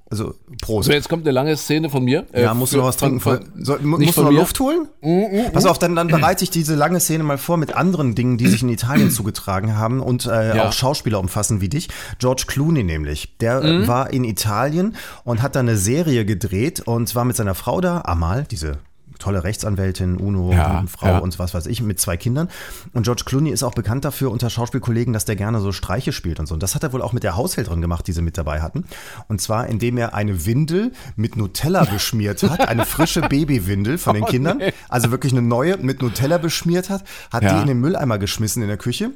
Speaker 3: Also, Prost.
Speaker 2: So, jetzt kommt eine lange Szene von mir. äh,
Speaker 3: ja, musst du noch was trinken?
Speaker 2: Von,
Speaker 3: Von, soll, mu-
Speaker 2: nicht
Speaker 3: musst du
Speaker 2: von
Speaker 3: noch
Speaker 2: mir. Mm,
Speaker 3: Luft holen? Pass auf, dann, dann bereite ich diese lange Szene mal vor mit anderen Dingen, die sich in Italien zugetragen haben und äh,
Speaker 2: Ja.
Speaker 3: auch Schauspieler umfassen wie dich. George Clooney nämlich. Der äh,
Speaker 2: Mhm.
Speaker 3: war in Italien und hat da eine Serie gedreht und war mit seiner Frau da, Amal, diese tolle Rechtsanwältin, Uno,
Speaker 2: Ja,
Speaker 3: Frau
Speaker 2: ja.
Speaker 3: und was weiß ich, mit zwei Kindern. Und George Clooney ist auch bekannt dafür unter Schauspielkollegen, dass der gerne so Streiche spielt und so. Und das hat er wohl auch mit der Haushälterin gemacht, die sie mit dabei hatten. Und zwar, indem er eine Windel mit Nutella beschmiert hat, eine frische Babywindel von den Kindern, also wirklich eine neue mit Nutella beschmiert hat, hat
Speaker 2: Ja.
Speaker 3: die in den Mülleimer geschmissen in der Küche.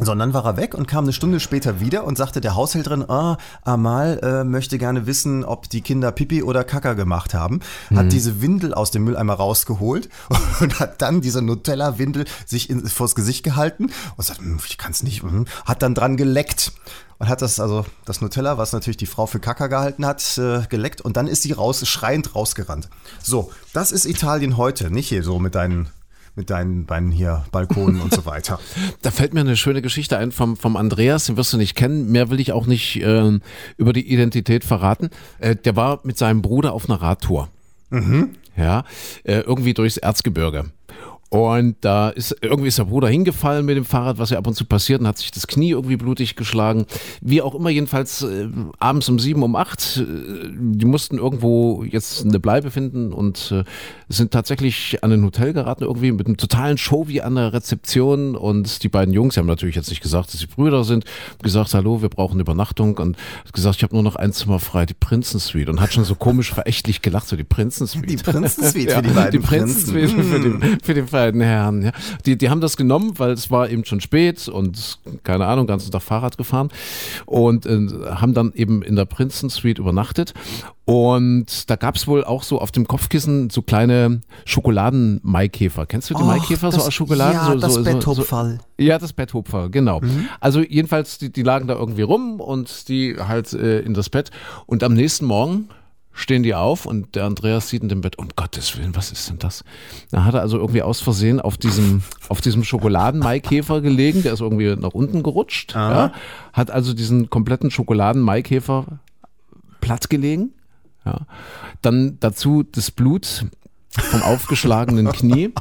Speaker 3: Sondern war er weg und kam eine Stunde später wieder und sagte der Haushälterin, ah, Amal äh, möchte gerne wissen, ob die Kinder Pipi oder Kaka gemacht haben. Hat diese Windel aus dem Mülleimer rausgeholt und hat dann diese Nutella-Windel sich in, vors Gesicht gehalten und sagt, "Hm, ich kann es nicht, hm", hat dann dran geleckt. Und hat das, also das Nutella, was natürlich die Frau für Kaka gehalten hat, äh, geleckt und dann ist sie raus, schreiend rausgerannt. So, das ist Italien heute, nicht hier so mit deinen, mit deinen beiden hier Balkonen und so weiter.
Speaker 2: Da fällt mir eine schöne Geschichte ein vom, vom Andreas, den wirst du nicht kennen. Mehr will ich auch nicht ähm, über die Identität verraten. Äh, der war mit seinem Bruder auf einer Radtour. Ja, äh, irgendwie durchs Erzgebirge. Und da ist irgendwie ist der Bruder hingefallen mit dem Fahrrad, was ja ab und zu passiert, und hat sich das Knie irgendwie blutig geschlagen. Wie auch immer, jedenfalls äh, abends um sieben, um acht. Äh, die mussten irgendwo jetzt eine Bleibe finden und äh, sind tatsächlich an ein Hotel geraten, irgendwie mit einem totalen Show-Wie an der Rezeption. Und die beiden Jungs haben natürlich jetzt nicht gesagt, dass sie Brüder sind, haben gesagt, hallo, wir brauchen eine Übernachtung und hat gesagt, ich habe nur noch ein Zimmer frei, die Prinzensuite. Und hat schon so komisch verächtlich gelacht, so die Prinzensuite.
Speaker 3: Die Prinzensuite für die beiden Hm.
Speaker 2: Die Prinzensuite für, den, für die beiden Herren. Ja. Die, die haben das genommen, weil es war eben schon spät und keine Ahnung, ganzen Tag Fahrrad gefahren und äh, haben dann eben in der Prinzensuite übernachtet. Und da gab es wohl auch so auf dem Kopfkissen so kleine Schokoladen-Maikäfer. Kennst du die Maikäfer so
Speaker 3: das-
Speaker 2: aus Schokolade?
Speaker 3: ja,
Speaker 2: so,
Speaker 3: das
Speaker 2: so,
Speaker 3: Betthupferl. Mhm.
Speaker 2: So, ja, das Betthupferl, genau. Also jedenfalls, die, die lagen da irgendwie rum und die halt äh, in das Bett. Und am nächsten Morgen stehen die auf und der Andreas sieht in dem Bett, um Gottes Willen, was ist denn das? Da hat er also irgendwie aus Versehen auf diesem, auf diesem Schokoladen-Maikäfer gelegen, der ist irgendwie nach unten gerutscht,
Speaker 3: Ah.
Speaker 2: ja, hat also diesen kompletten Schokoladen-Maikäfer platt gelegen. Ja. Dann dazu das Blut vom aufgeschlagenen Knie.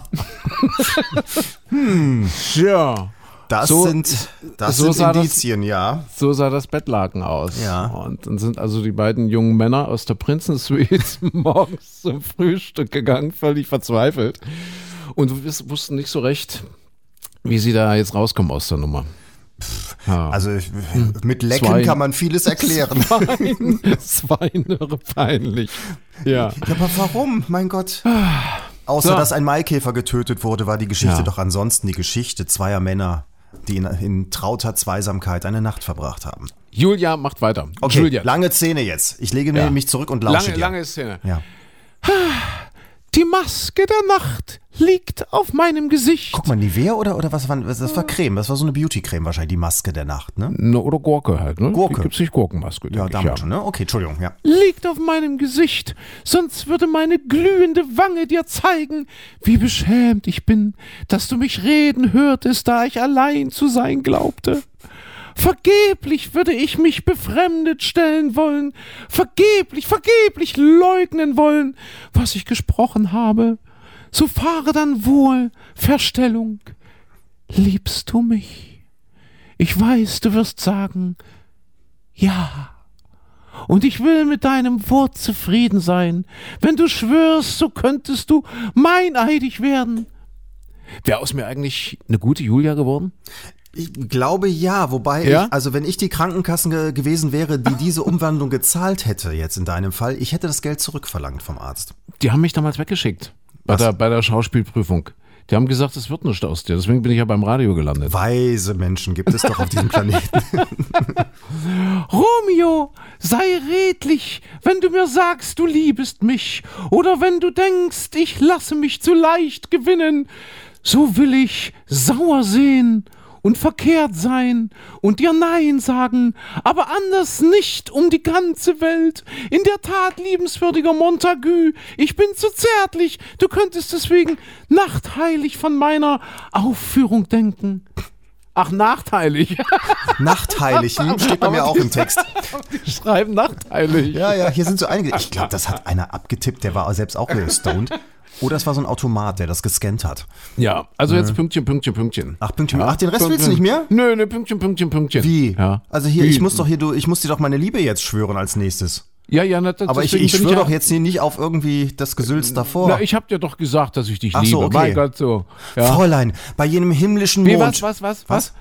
Speaker 2: hm, ja.
Speaker 3: Das
Speaker 2: So-
Speaker 3: sind, das
Speaker 2: so sah
Speaker 3: sind
Speaker 2: das-
Speaker 3: Indizien, ja.
Speaker 2: So sah das Bettlaken aus.
Speaker 3: Ja.
Speaker 2: Und dann sind also die beiden jungen Männer aus der Prinzensuite morgens zum Frühstück gegangen, völlig verzweifelt. Und wir wiss- wussten nicht so recht, wie sie da jetzt rauskommen aus der Nummer.
Speaker 3: Also ich, mit Lecken
Speaker 2: Hm. Zwei-
Speaker 3: kann man vieles erklären.
Speaker 2: Nein, es war ihnen peinlich. Ja.
Speaker 3: Ja, aber warum? Mein Gott. Außer,
Speaker 2: Ah. So.
Speaker 3: dass ein Maikäfer getötet wurde, war die Geschichte
Speaker 2: Ja.
Speaker 3: doch ansonsten die Geschichte zweier Männer, die in, in trauter Zweisamkeit eine Nacht verbracht haben.
Speaker 2: Julia macht weiter.
Speaker 3: Okay,
Speaker 2: Julia.
Speaker 3: lange Szene jetzt. Ich lege mir
Speaker 2: Ja.
Speaker 3: mich zurück und lausche
Speaker 2: lange,
Speaker 3: dir.
Speaker 2: lange Szene.
Speaker 3: Ja.
Speaker 2: Die Maske der Nacht liegt auf meinem Gesicht.
Speaker 3: Guck mal, Nivea oder, oder was war was- das?
Speaker 2: Ah.
Speaker 3: war Creme, das war so eine Beauty-Creme wahrscheinlich, die Maske der Nacht, ne?
Speaker 2: Ne, oder Gurke halt, ne?
Speaker 3: Gurke.
Speaker 2: Gibt's nicht Gurkenmaske?
Speaker 3: Ja,
Speaker 2: denk ich,
Speaker 3: damals schon, ne? Okay, Entschuldigung, ja.
Speaker 2: Liegt auf meinem Gesicht, sonst würde meine glühende Wange dir zeigen, wie beschämt ich bin, dass du mich reden hörtest, da ich allein zu sein glaubte. Vergeblich würde ich mich befremdet stellen wollen, vergeblich, vergeblich leugnen wollen, was ich gesprochen habe. So fahre dann wohl, Verstellung. Liebst du mich? Ich weiß, du wirst sagen, ja. Und ich will mit deinem Wort zufrieden sein. Wenn du schwörst, so könntest du meineidig werden. Wäre aus mir eigentlich eine gute Julia geworden?
Speaker 3: Ich glaube ja, wobei,
Speaker 2: Ja?
Speaker 3: Ich, also wenn ich die Krankenkassen ge gewesen wäre, die diese Umwandlung gezahlt hätte, jetzt in deinem Fall, ich hätte das Geld zurückverlangt vom Arzt.
Speaker 2: Die haben mich damals weggeschickt. Bei der, bei der Schauspielprüfung. Die haben gesagt, es wird nichts aus dir. Deswegen bin ich ja beim Radio gelandet.
Speaker 3: Weise Menschen gibt es doch auf diesem Planeten.
Speaker 2: Romeo, sei redlich, wenn du mir sagst, du liebest mich. Oder wenn du denkst, ich lasse mich zu leicht gewinnen. So will ich sauer sehen und verkehrt sein und dir Nein sagen, aber anders nicht um die ganze Welt. In der Tat, liebenswürdiger Montagu, ich bin zu zärtlich, du könntest deswegen nachtheilig von meiner Aufführung denken. Ach, nachteilig.
Speaker 3: Nachtheilig, hm? steht bei mir auch im Text.
Speaker 2: Die schreiben nachteilig.
Speaker 3: Ja, ja, hier sind so einige. Ich glaube, das hat einer abgetippt, der war selbst auch stoned. Oder es war so ein Automat, der das gescannt hat.
Speaker 2: Ja, also jetzt Pünktchen, Pünktchen, Pünktchen.
Speaker 3: Mhm. Ach, Pünktchen, ach, den Rest willst du
Speaker 2: Pünktchen.
Speaker 3: nicht mehr?
Speaker 2: Nö, nö, Pünktchen, Pünktchen, Pünktchen.
Speaker 3: Wie?
Speaker 2: Ja.
Speaker 3: Also hier,
Speaker 2: Wie?
Speaker 3: ich muss doch hier, du, ich muss dir doch meine Liebe jetzt schwören als nächstes.
Speaker 2: Ja, ja, na, das-
Speaker 3: Aber ich,
Speaker 2: deswegen
Speaker 3: ich
Speaker 2: bin
Speaker 3: schwöre
Speaker 2: ja-
Speaker 3: doch jetzt hier nicht auf irgendwie das Gesülz davor.
Speaker 2: Na, ich hab dir doch gesagt, dass ich dich
Speaker 3: Ach so,
Speaker 2: liebe.
Speaker 3: okay.
Speaker 2: Mein Gott, so. Ja.
Speaker 3: Fräulein, bei jenem himmlischen
Speaker 2: Wie,
Speaker 3: Mond.
Speaker 2: was, was, was, was?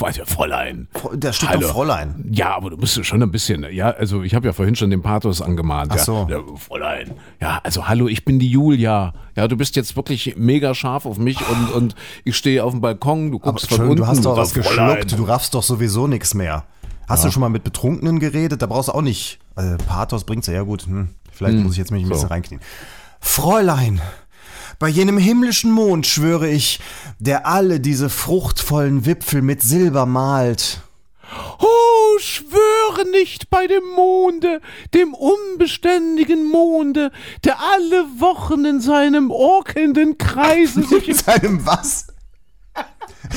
Speaker 2: Warte, Fräulein.
Speaker 3: Da steht doch Fräulein.
Speaker 2: Ja, aber du musst ja schon ein bisschen, ja, also ich habe ja vorhin schon den Pathos angemahnt.
Speaker 3: Ach so.
Speaker 2: Ja. ja, Fräulein. Ja, also hallo, ich bin die Julia. Ja, du bist jetzt wirklich mega scharf auf mich und, und ich stehe auf dem Balkon, du
Speaker 3: Aber
Speaker 2: guckst von
Speaker 3: schön,
Speaker 2: unten.
Speaker 3: du hast doch was
Speaker 2: Ja, Fräulein.
Speaker 3: geschluckt, du raffst doch sowieso nichts mehr. Hast du schon mal mit Betrunkenen geredet? Da brauchst du auch nicht. Also Pathos bringt's ja, ja gut. Hm. Vielleicht muss ich jetzt mich ein bisschen reinknien. Fräulein, bei jenem himmlischen Mond schwöre ich, der alle diese fruchtvollen Wipfel mit Silber malt.
Speaker 2: Oh, schwöre nicht bei dem Monde, dem unbeständigen Monde, der alle Wochen in seinem orkelnden Kreise sich
Speaker 3: In seinem was?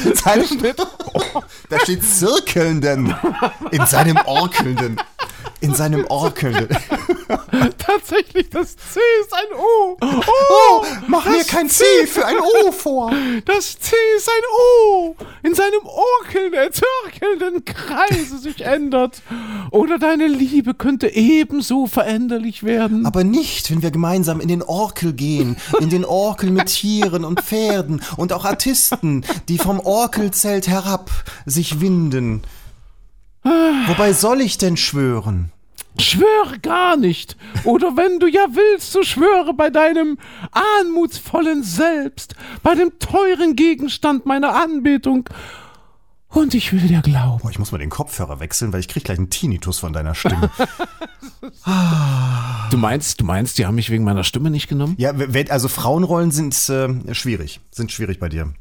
Speaker 3: In seinem Da steht zirkelnden. In seinem orkelnden. In seinem orkelnden.
Speaker 2: tatsächlich das C ist ein O.
Speaker 3: Oh, mach mir kein C für ein O vor.
Speaker 2: Das C ist ein O in seinem orkelnden, zirkelnden Kreise sich ändert. Oder deine Liebe könnte ebenso veränderlich werden.
Speaker 3: Aber nicht, wenn wir gemeinsam in den Orkel gehen, in den Orkel mit Tieren und Pferden und auch Artisten, die vom Orkelzelt herab sich winden. Wobei soll ich denn schwören?
Speaker 2: Schwöre gar nicht. Oder wenn du ja willst, so schwöre bei deinem anmutsvollen Selbst, bei dem teuren Gegenstand meiner Anbetung. Und ich will dir glauben.
Speaker 3: Boah, ich muss mal den Kopfhörer wechseln, weil ich krieg gleich einen Tinnitus von deiner Stimme.
Speaker 2: Du meinst, du meinst, die haben mich wegen meiner Stimme nicht genommen?
Speaker 3: Ja, w- w- also Frauenrollen sind äh, schwierig, sind schwierig bei dir.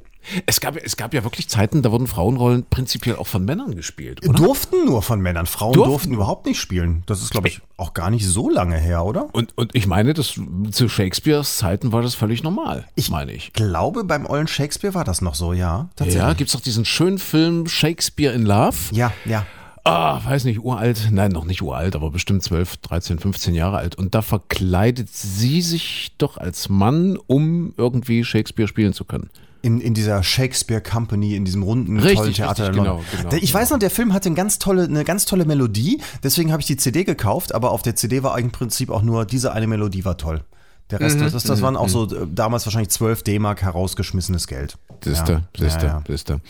Speaker 2: Es gab, es gab ja wirklich Zeiten, da wurden Frauenrollen prinzipiell auch von Männern gespielt, oder?
Speaker 3: Durften nur von Männern, Frauen
Speaker 2: Durften?
Speaker 3: durften, überhaupt nicht spielen. Das ist, glaube ich, auch gar nicht so lange her, oder?
Speaker 2: Und, und ich meine, das, zu Shakespeares Zeiten war das völlig normal, meine ich.
Speaker 3: glaube, beim ollen Shakespeare war das noch so, ja.
Speaker 2: Ja, gibt's doch diesen schönen Film Shakespeare in Love.
Speaker 3: Ja, ja.
Speaker 2: Ah, weiß nicht, uralt. Nein, noch nicht uralt, aber bestimmt 12, 13, 15 Jahre alt. Und da verkleidet sie sich doch als Mann, um irgendwie Shakespeare spielen zu können.
Speaker 3: In, in dieser Shakespeare Company, in diesem runden,
Speaker 2: Richtig,
Speaker 3: tollen Theater.
Speaker 2: richtig,
Speaker 3: in London.
Speaker 2: genau, genau,
Speaker 3: Der- ich weiß noch, der Film hatte eine ganz tolle, eine ganz tolle Melodie, deswegen habe ich die CD gekauft, aber auf der CD war im Prinzip auch nur diese eine Melodie war toll. Der Rest,
Speaker 2: Mhm,
Speaker 3: das, das waren auch so äh, damals wahrscheinlich 12 D-Mark herausgeschmissenes Geld.
Speaker 2: Sister,
Speaker 3: ja,
Speaker 2: sister,
Speaker 3: ja.
Speaker 2: sister.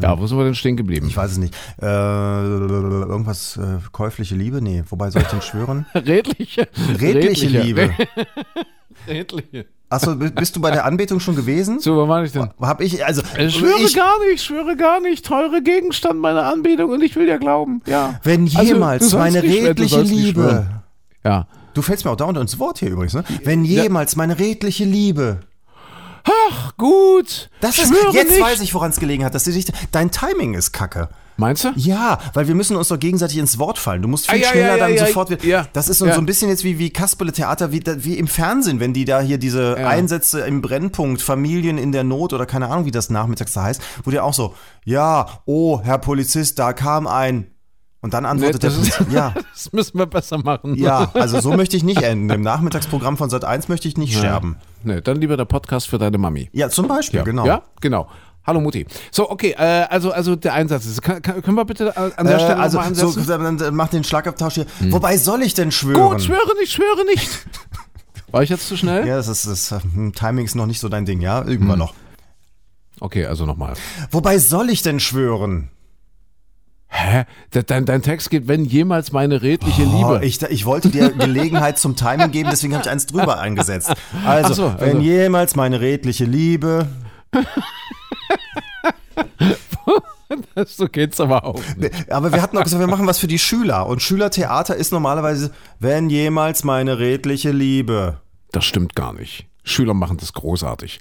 Speaker 2: Ja, wo sind wir denn stehen geblieben?
Speaker 3: Ich weiß es nicht. Äh, irgendwas, äh, käufliche Liebe? Nee, wobei soll ich denn schwören?
Speaker 2: Redliche.
Speaker 3: Redliche Liebe.
Speaker 2: Redliche.
Speaker 3: Achso, bi- bist du bei der Anbetung schon gewesen?
Speaker 2: So, was war ich denn?
Speaker 3: Hab ich, also,
Speaker 2: Ich schwöre
Speaker 3: ich,
Speaker 2: gar nicht, schwöre gar nicht. Teure Gegenstand meiner Anbetung und ich will dir glauben. Ja.
Speaker 3: wenn
Speaker 2: Also,
Speaker 3: jemals
Speaker 2: du sollst
Speaker 3: meine
Speaker 2: nicht schwören, du
Speaker 3: redliche
Speaker 2: sollst nicht
Speaker 3: Liebe
Speaker 2: schwören. Ja.
Speaker 3: Du fällst mir auch dauernd ins Wort hier übrigens, ne? Wenn jemals meine redliche Liebe.
Speaker 2: Ach, gut.
Speaker 3: Das ist,
Speaker 2: schwöre
Speaker 3: jetzt
Speaker 2: nicht.
Speaker 3: weiß ich, woran es gelegen hat, dass du dich, dein Timing ist kacke.
Speaker 2: Meinst du?
Speaker 3: Ja, weil wir müssen uns doch gegenseitig ins Wort fallen. Du musst
Speaker 2: Ah,
Speaker 3: viel
Speaker 2: ja,
Speaker 3: schneller
Speaker 2: ja, ja,
Speaker 3: dann
Speaker 2: ja,
Speaker 3: sofort wieder.
Speaker 2: ja.
Speaker 3: das ist so,
Speaker 2: Ja.
Speaker 3: so ein bisschen jetzt wie, wie Kasperle Theater, wie, da- wie im Fernsehen, wenn die da hier diese Einsätze im Brennpunkt, Familien in der Not oder keine Ahnung, wie das nachmittags da heißt, wo der auch so, ja, oh, Herr Polizist, da kam ein. Und dann antwortet
Speaker 2: Nee,
Speaker 3: der
Speaker 2: das ist-
Speaker 3: Polizist, ja.
Speaker 2: Das müssen wir besser machen.
Speaker 3: Ja, also so möchte ich nicht enden. Im Nachmittagsprogramm von Sat 1 möchte ich nicht sterben.
Speaker 2: Nee, dann lieber der Podcast für deine Mami.
Speaker 3: Ja, zum Beispiel, genau.
Speaker 2: Ja, genau. Hallo Mutti. So, okay, äh, also, also der Einsatz ist. Kann, kann, können wir bitte an an der
Speaker 3: Äh,
Speaker 2: Stelle noch
Speaker 3: also,
Speaker 2: mal
Speaker 3: so,
Speaker 2: ansetzen? Hm.
Speaker 3: dann dann mach den Schlagabtausch hier. Wobei soll ich denn schwören?
Speaker 2: Gut, schwöre nicht, schwöre nicht. War ich jetzt zu schnell?
Speaker 3: Ja, das ist, das, hm, Timing ist noch nicht so dein Ding, ja? Irgendwann
Speaker 2: Hm.
Speaker 3: noch.
Speaker 2: Okay, also nochmal.
Speaker 3: Wobei soll ich denn schwören?
Speaker 2: Hä? De dein, dein Text geht, wenn jemals meine redliche
Speaker 3: Oh,
Speaker 2: Liebe.
Speaker 3: ich, ich wollte dir Gelegenheit zum Timing geben, deswegen habe ich eins drüber eingesetzt. Also,
Speaker 2: Ach so, also-
Speaker 3: wenn jemals meine redliche Liebe.
Speaker 2: so geht's aber auch. nicht.
Speaker 3: Aber wir hatten auch gesagt, wir machen was für die Schüler. Und Schülertheater ist normalerweise, wenn jemals meine redliche Liebe.
Speaker 2: Das stimmt gar nicht. Schüler machen das großartig.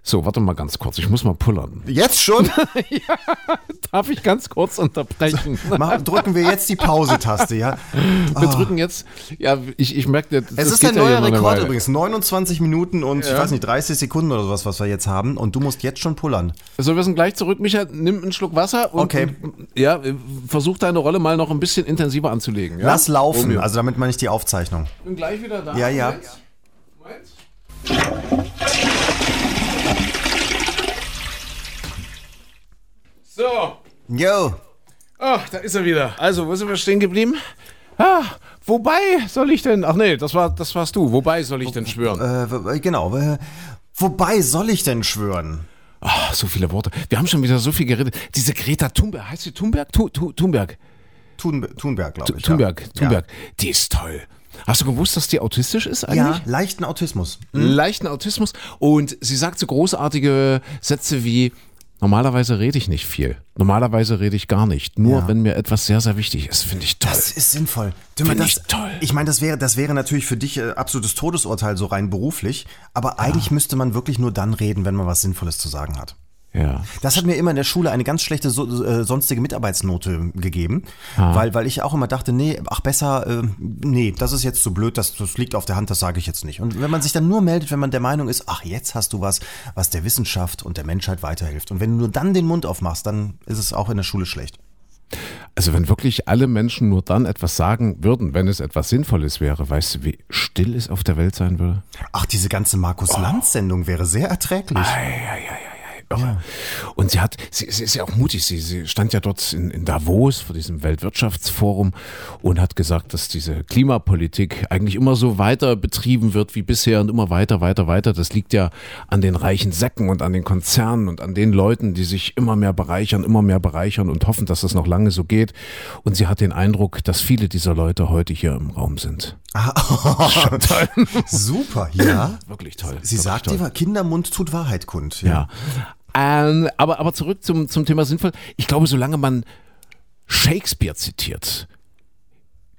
Speaker 2: So, warte mal ganz kurz. Ich muss mal pullern.
Speaker 3: Jetzt schon?
Speaker 2: Darf ich ganz kurz unterbrechen?
Speaker 3: Mach, drücken wir jetzt die Pause-Taste, ja?
Speaker 2: Wir drücken jetzt. Ja, ich, ich merke, das,
Speaker 3: Ah. Es
Speaker 2: das
Speaker 3: ist
Speaker 2: geht
Speaker 3: ein
Speaker 2: ja hier
Speaker 3: neuer
Speaker 2: immer eine
Speaker 3: Rekord
Speaker 2: Weile.
Speaker 3: übrigens. 29 Minuten und ich weiß nicht, 30 Sekunden oder sowas, was wir jetzt haben. Und du musst jetzt schon pullern.
Speaker 2: So, wir sind gleich zurück. Micha, nimm einen Schluck Wasser und,
Speaker 3: Okay.
Speaker 2: und ja, versuch deine Rolle mal noch ein bisschen intensiver anzulegen. Ja?
Speaker 3: Lass laufen.
Speaker 2: Romeo.
Speaker 3: Also damit meine ich die Aufzeichnung.
Speaker 2: Ich bin gleich wieder da.
Speaker 3: Ja, ja.
Speaker 2: Moment. Moment. So,
Speaker 3: Yo!
Speaker 2: ach, da ist er wieder. Also, wo sind wir stehen geblieben? Ah, wobei soll ich denn? Ach nee, das war das warst du. Wobei soll ich denn schwören?
Speaker 3: Äh, w- genau. äh, Wobei soll ich denn schwören?
Speaker 2: Ah, so viele Worte. Wir haben schon wieder so viel geredet. Diese Greta Thunberg, heißt sie Thunberg? Tu, tu, Thunberg.
Speaker 3: Thun, Thunberg, glaube ich.
Speaker 2: Thunberg,
Speaker 3: ja.
Speaker 2: Thunberg. Die ist toll. Hast du gewusst, dass die autistisch ist
Speaker 3: Ja. Mhm.
Speaker 2: eigentlich?
Speaker 3: ja, leichten Autismus.
Speaker 2: leichten Autismus und sie sagt so großartige Sätze wie normalerweise rede ich nicht viel. Normalerweise rede ich gar nicht, nur
Speaker 3: Ja.
Speaker 2: wenn mir etwas sehr sehr wichtig ist, finde ich toll.
Speaker 3: Das ist sinnvoll. Du, man,
Speaker 2: Find
Speaker 3: das,
Speaker 2: ich toll.
Speaker 3: Ich meine, das wäre, das wäre natürlich für dich äh, absolutes Todesurteil, so rein beruflich. Aber eigentlich müsste man wirklich nur dann reden, wenn man was Sinnvolles zu sagen hat.
Speaker 2: ja.
Speaker 3: Das hat mir immer in der Schule eine ganz schlechte so, äh, sonstige Mitarbeitsnote gegeben, weil, weil ich auch immer dachte, nee, ach besser, äh, nee, das ist jetzt zu blöd, das, das liegt auf der Hand, das sage ich jetzt nicht. Und wenn man sich dann nur meldet, wenn man der Meinung ist, ach jetzt hast du was, was der Wissenschaft und der Menschheit weiterhilft. Und wenn du nur dann den Mund aufmachst, dann ist es auch in der Schule schlecht.
Speaker 2: Also wenn wirklich alle Menschen nur dann etwas sagen würden, wenn es etwas Sinnvolles wäre, weißt du, wie still es auf der Welt sein würde?
Speaker 3: Ach, diese ganze Markus-Lanz-Sendung wäre sehr erträglich.
Speaker 2: Irre. Und sie hat, sie, sie ist ja auch mutig, sie, sie stand ja dort in, in Davos vor diesem Weltwirtschaftsforum und hat gesagt, dass diese Klimapolitik eigentlich immer so weiter betrieben wird wie bisher und immer weiter, weiter, weiter. Das liegt ja an den reichen Säcken und an den Konzernen und an den Leuten, die sich immer mehr bereichern, immer mehr bereichern und hoffen, dass das noch lange so geht. Und sie hat den Eindruck, dass viele dieser Leute heute hier im Raum sind.
Speaker 3: Ah, Super, ja.
Speaker 2: Wirklich toll.
Speaker 3: Sie sagt immer, Kindermund tut Wahrheit kund.
Speaker 2: Ja. Ähm, aber, aber zurück zum, zum Thema sinnvoll. Ich glaube, solange man Shakespeare zitiert,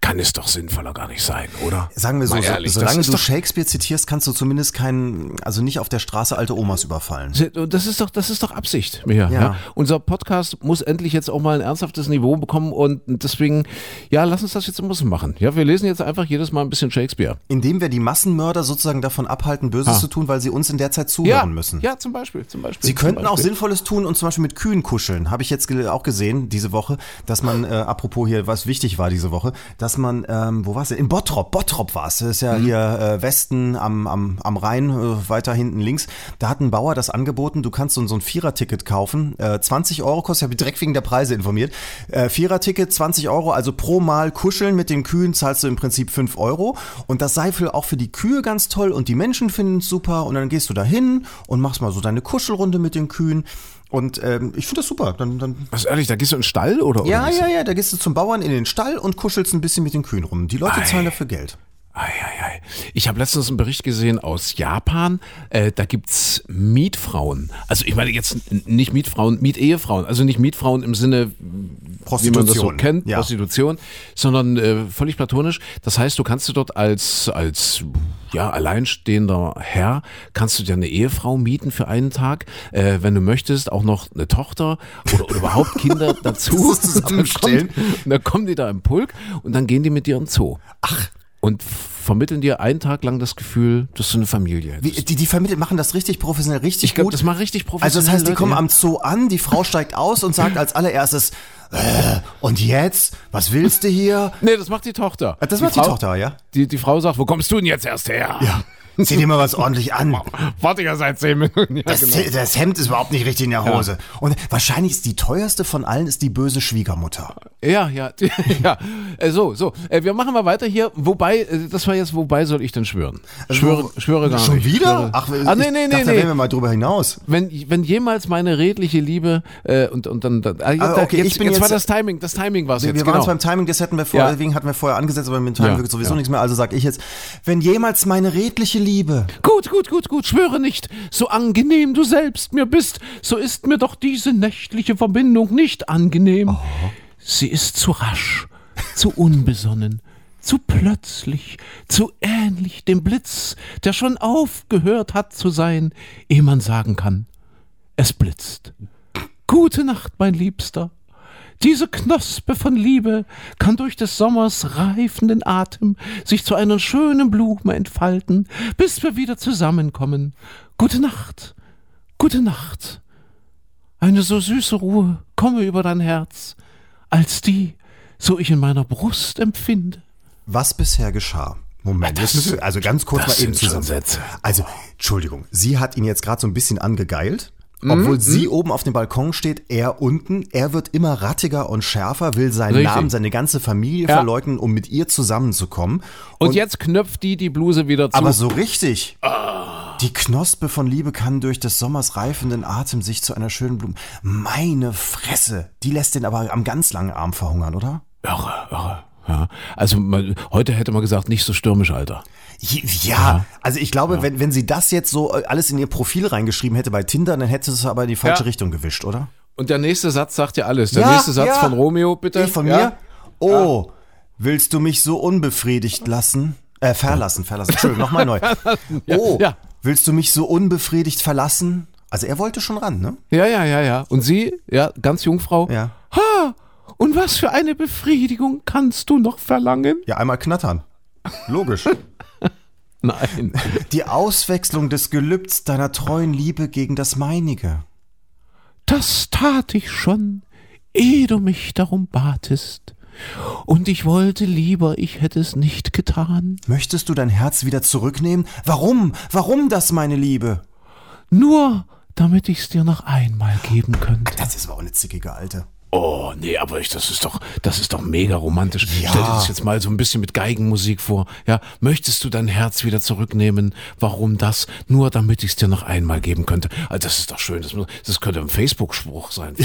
Speaker 2: kann es doch sinnvoller gar nicht sein, oder?
Speaker 3: Sagen wir so,
Speaker 2: Mal
Speaker 3: so
Speaker 2: ehrlich,
Speaker 3: solange
Speaker 2: das ist
Speaker 3: du
Speaker 2: doch
Speaker 3: Shakespeare zitierst, kannst du zumindest keinen, also nicht auf der Straße alte Omas überfallen.
Speaker 2: Und Das ist doch, das ist doch Absicht, Micha. Ja.
Speaker 3: Ja.
Speaker 2: Unser Podcast muss endlich jetzt auch mal ein ernsthaftes Niveau bekommen und deswegen, ja, lass uns das jetzt ein bisschen machen. Ja, wir lesen jetzt einfach jedes Mal ein bisschen Shakespeare.
Speaker 3: Indem wir die Massenmörder sozusagen davon abhalten, Böses zu tun, weil sie uns in der Zeit zuhören
Speaker 2: Ah. Ja,
Speaker 3: müssen.
Speaker 2: ja, zum Beispiel, zum Beispiel.
Speaker 3: Sie
Speaker 2: zum
Speaker 3: könnten auch
Speaker 2: Beispiel.
Speaker 3: Sinnvolles tun und zum Beispiel mit Kühen kuscheln. Habe ich jetzt ge- auch gesehen diese Woche, dass man, äh, apropos hier, was wichtig war diese Woche, dass man, ähm, wo war es denn? In Bottrop, Bottrop war es. Das ist ja
Speaker 2: Mhm.
Speaker 3: hier äh, Westen am, am, am Rhein, äh, weiter hinten links. Da hat ein Bauer das angeboten, du kannst so, ein- so ein Vierer-Ticket kaufen. Äh, 20 Euro kostet, ich habe direkt wegen der Preise informiert. Äh, Vierer-Ticket, 20 Euro, also pro Mal kuscheln mit den Kühen zahlst du im Prinzip 5 Euro. Und das sei für, auch für die Kühe ganz toll und die Menschen finden es super. Und dann gehst du da hin und machst mal so deine Kuschelrunde mit den Kühen. Und ähm, ich finde das super. Dann, dann
Speaker 2: Was ehrlich, da gehst du in den Stall oder?
Speaker 3: ja,
Speaker 2: oder
Speaker 3: ja, ja, da gehst du zum Bauern in den Stall und kuschelst ein bisschen mit den Kühen rum. Die Leute
Speaker 2: Ei.
Speaker 3: zahlen dafür Geld.
Speaker 2: Ei, ei, ei. Ich habe letztens einen Bericht gesehen aus Japan. Äh, da gibt's Mietfrauen. Also ich meine jetzt n- nicht Mietfrauen, Mietehefrauen. Also nicht Mietfrauen im Sinne, wie man das so kennt,
Speaker 3: ja.
Speaker 2: Prostitution, sondern äh, völlig platonisch. Das heißt, du kannst dir dort als, als ja, alleinstehender Herr, kannst du dir eine Ehefrau mieten für einen Tag. Äh, wenn du möchtest, auch noch eine Tochter oder, oder überhaupt Kinder dazu.
Speaker 3: Das zusammenstellen.
Speaker 2: Dann kommt- Dann kommen die da im Pulk und dann gehen die mit dir in den Zoo. Ach. Und vermitteln dir einen Tag lang das Gefühl, dass du eine Familie hättest.
Speaker 3: Wie, die, die vermittelt machen das richtig professionell, richtig
Speaker 2: Ich glaub,
Speaker 3: gut.
Speaker 2: das machen richtig
Speaker 3: Also das
Speaker 2: professionelle
Speaker 3: heißt, die
Speaker 2: Leute,
Speaker 3: kommen
Speaker 2: ja.
Speaker 3: am Zoo an, die Frau steigt aus und sagt als allererstes, äh, und jetzt, was willst du hier?
Speaker 2: Nee, das macht die Tochter.
Speaker 3: Ah, Das macht die
Speaker 2: Frau-
Speaker 3: Tochter, ja.
Speaker 2: Die, die Frau sagt, wo kommst du denn jetzt erst her? Ja.
Speaker 3: Zieh dir mal was ordentlich an.
Speaker 2: Warte ja seit zehn Minuten. Ja, genau.
Speaker 3: Das, das Hemd ist überhaupt nicht richtig in der Hose. Und wahrscheinlich ist die teuerste von allen ist die böse Schwiegermutter.
Speaker 2: ja, ja. ja. Äh, so, so. Äh, wir machen mal weiter hier. Wobei, äh, das war jetzt, wobei soll ich denn schwören? Schwöre, schwöre gar
Speaker 3: Äh, Also, Schon
Speaker 2: nicht.
Speaker 3: wieder?
Speaker 2: Schwöre. Ach, ah, nee,
Speaker 3: ich
Speaker 2: nee, nee,
Speaker 3: dachte, da
Speaker 2: nee.
Speaker 3: wären wir mal drüber hinaus.
Speaker 2: Wenn, wenn jemals meine redliche Liebe äh, und, und dann, dann ah,
Speaker 3: Ah,
Speaker 2: da-
Speaker 3: okay,
Speaker 2: jetzt,
Speaker 3: ich bin
Speaker 2: jetzt, war
Speaker 3: jetzt-
Speaker 2: das Timing, das Timing war es
Speaker 3: Wir,
Speaker 2: jetzt,
Speaker 3: wir waren
Speaker 2: genau.
Speaker 3: es beim Timing, das hätten wir vorher,
Speaker 2: Ja.
Speaker 3: deswegen hatten wir vorher angesetzt, aber mit dem Timing
Speaker 2: Ja,
Speaker 3: wird sowieso
Speaker 2: ja.
Speaker 3: nichts mehr. Also sag ich jetzt, wenn jemals meine redliche Liebe
Speaker 2: Gut, gut, gut, gut, schwöre nicht. So angenehm du selbst mir bist, so ist mir doch diese nächtliche Verbindung nicht angenehm.
Speaker 3: Oh.
Speaker 2: Sie ist zu rasch, zu unbesonnen, zu plötzlich, zu ähnlich dem Blitz, der schon aufgehört hat zu sein, ehe man sagen kann, es blitzt. Gute Nacht, mein Liebster. Diese Knospe von Liebe kann durch des Sommers reifenden Atem sich zu einer schönen Blume entfalten, bis wir wieder zusammenkommen. Gute Nacht, gute Nacht. Eine so süße Ruhe komme über dein Herz, als die, so ich in meiner Brust empfinde.
Speaker 3: Was bisher geschah? Moment,
Speaker 2: Ja, das-
Speaker 3: das müssen wir, also ganz kurz
Speaker 2: das
Speaker 3: mal eben
Speaker 2: sind schon
Speaker 3: zusammen.
Speaker 2: Sätze.
Speaker 3: Also, Entschuldigung, sie hat ihn jetzt gerade so ein bisschen angegeilt.
Speaker 2: Mhm,
Speaker 3: Obwohl sie oben auf dem Balkon steht, er unten. Er wird immer rattiger und schärfer, will seinen
Speaker 2: Richtig.
Speaker 3: Namen, seine ganze Familie
Speaker 2: Ja.
Speaker 3: verleugnen, um mit ihr zusammenzukommen.
Speaker 2: Und, jetzt knöpft die die Bluse wieder zu. Ah.
Speaker 3: aber so richtig. Die Knospe von Liebe kann durch des Sommers reifenden Atem sich zu einer schönen Blume. Meine Fresse! Die lässt den aber am ganz langen Arm verhungern, oder?
Speaker 2: Irre, irre. Ja. Also man, heute hätte man gesagt, nicht so stürmisch, Alter.
Speaker 3: Ja, also ich glaube, wenn, wenn sie das jetzt so äh, alles in ihr Profil reingeschrieben hätte bei Tinder, dann hätte es aber in die falsche
Speaker 2: Ja.
Speaker 3: Richtung gewischt, oder?
Speaker 2: Und der nächste Satz sagt ja alles. Der
Speaker 3: Ja,
Speaker 2: nächste Satz
Speaker 3: ja.
Speaker 2: von Romeo, bitte.
Speaker 3: Ich von
Speaker 2: Ja.
Speaker 3: mir? Oh, willst du mich so unbefriedigt lassen? Äh, verlassen, verlassen. Entschuldigung, nochmal neu. Oh,
Speaker 2: ja.
Speaker 3: willst du mich so unbefriedigt verlassen? Also er wollte schon ran, ne?
Speaker 2: Ja, ja, ja, ja. Und sie, ja, ganz Jungfrau.
Speaker 3: Ja.
Speaker 2: Ha! Und was für eine Befriedigung kannst du noch verlangen?
Speaker 3: Ja, einmal knattern. Logisch.
Speaker 2: Nein.
Speaker 3: Die Auswechslung des Gelübds deiner treuen Liebe gegen das meinige.
Speaker 2: Das tat ich schon, ehe du mich darum batest. Und ich wollte lieber, ich hätte es nicht getan.
Speaker 3: Möchtest du dein Herz wieder zurücknehmen? Warum? Warum das, meine Liebe?
Speaker 2: Nur, damit ich es dir noch einmal geben könnte.
Speaker 3: Das ist aber auch eine zickige Alte.
Speaker 2: Oh, nee, aber ich, das ist doch, das ist doch mega romantisch. Stell dir das jetzt mal so ein bisschen mit Geigenmusik vor. Ja, möchtest du dein Herz wieder zurücknehmen? Warum das? Nur damit ich es dir noch einmal geben könnte. Also das ist doch schön. Das, muss- das könnte ein Facebook-Spruch sein.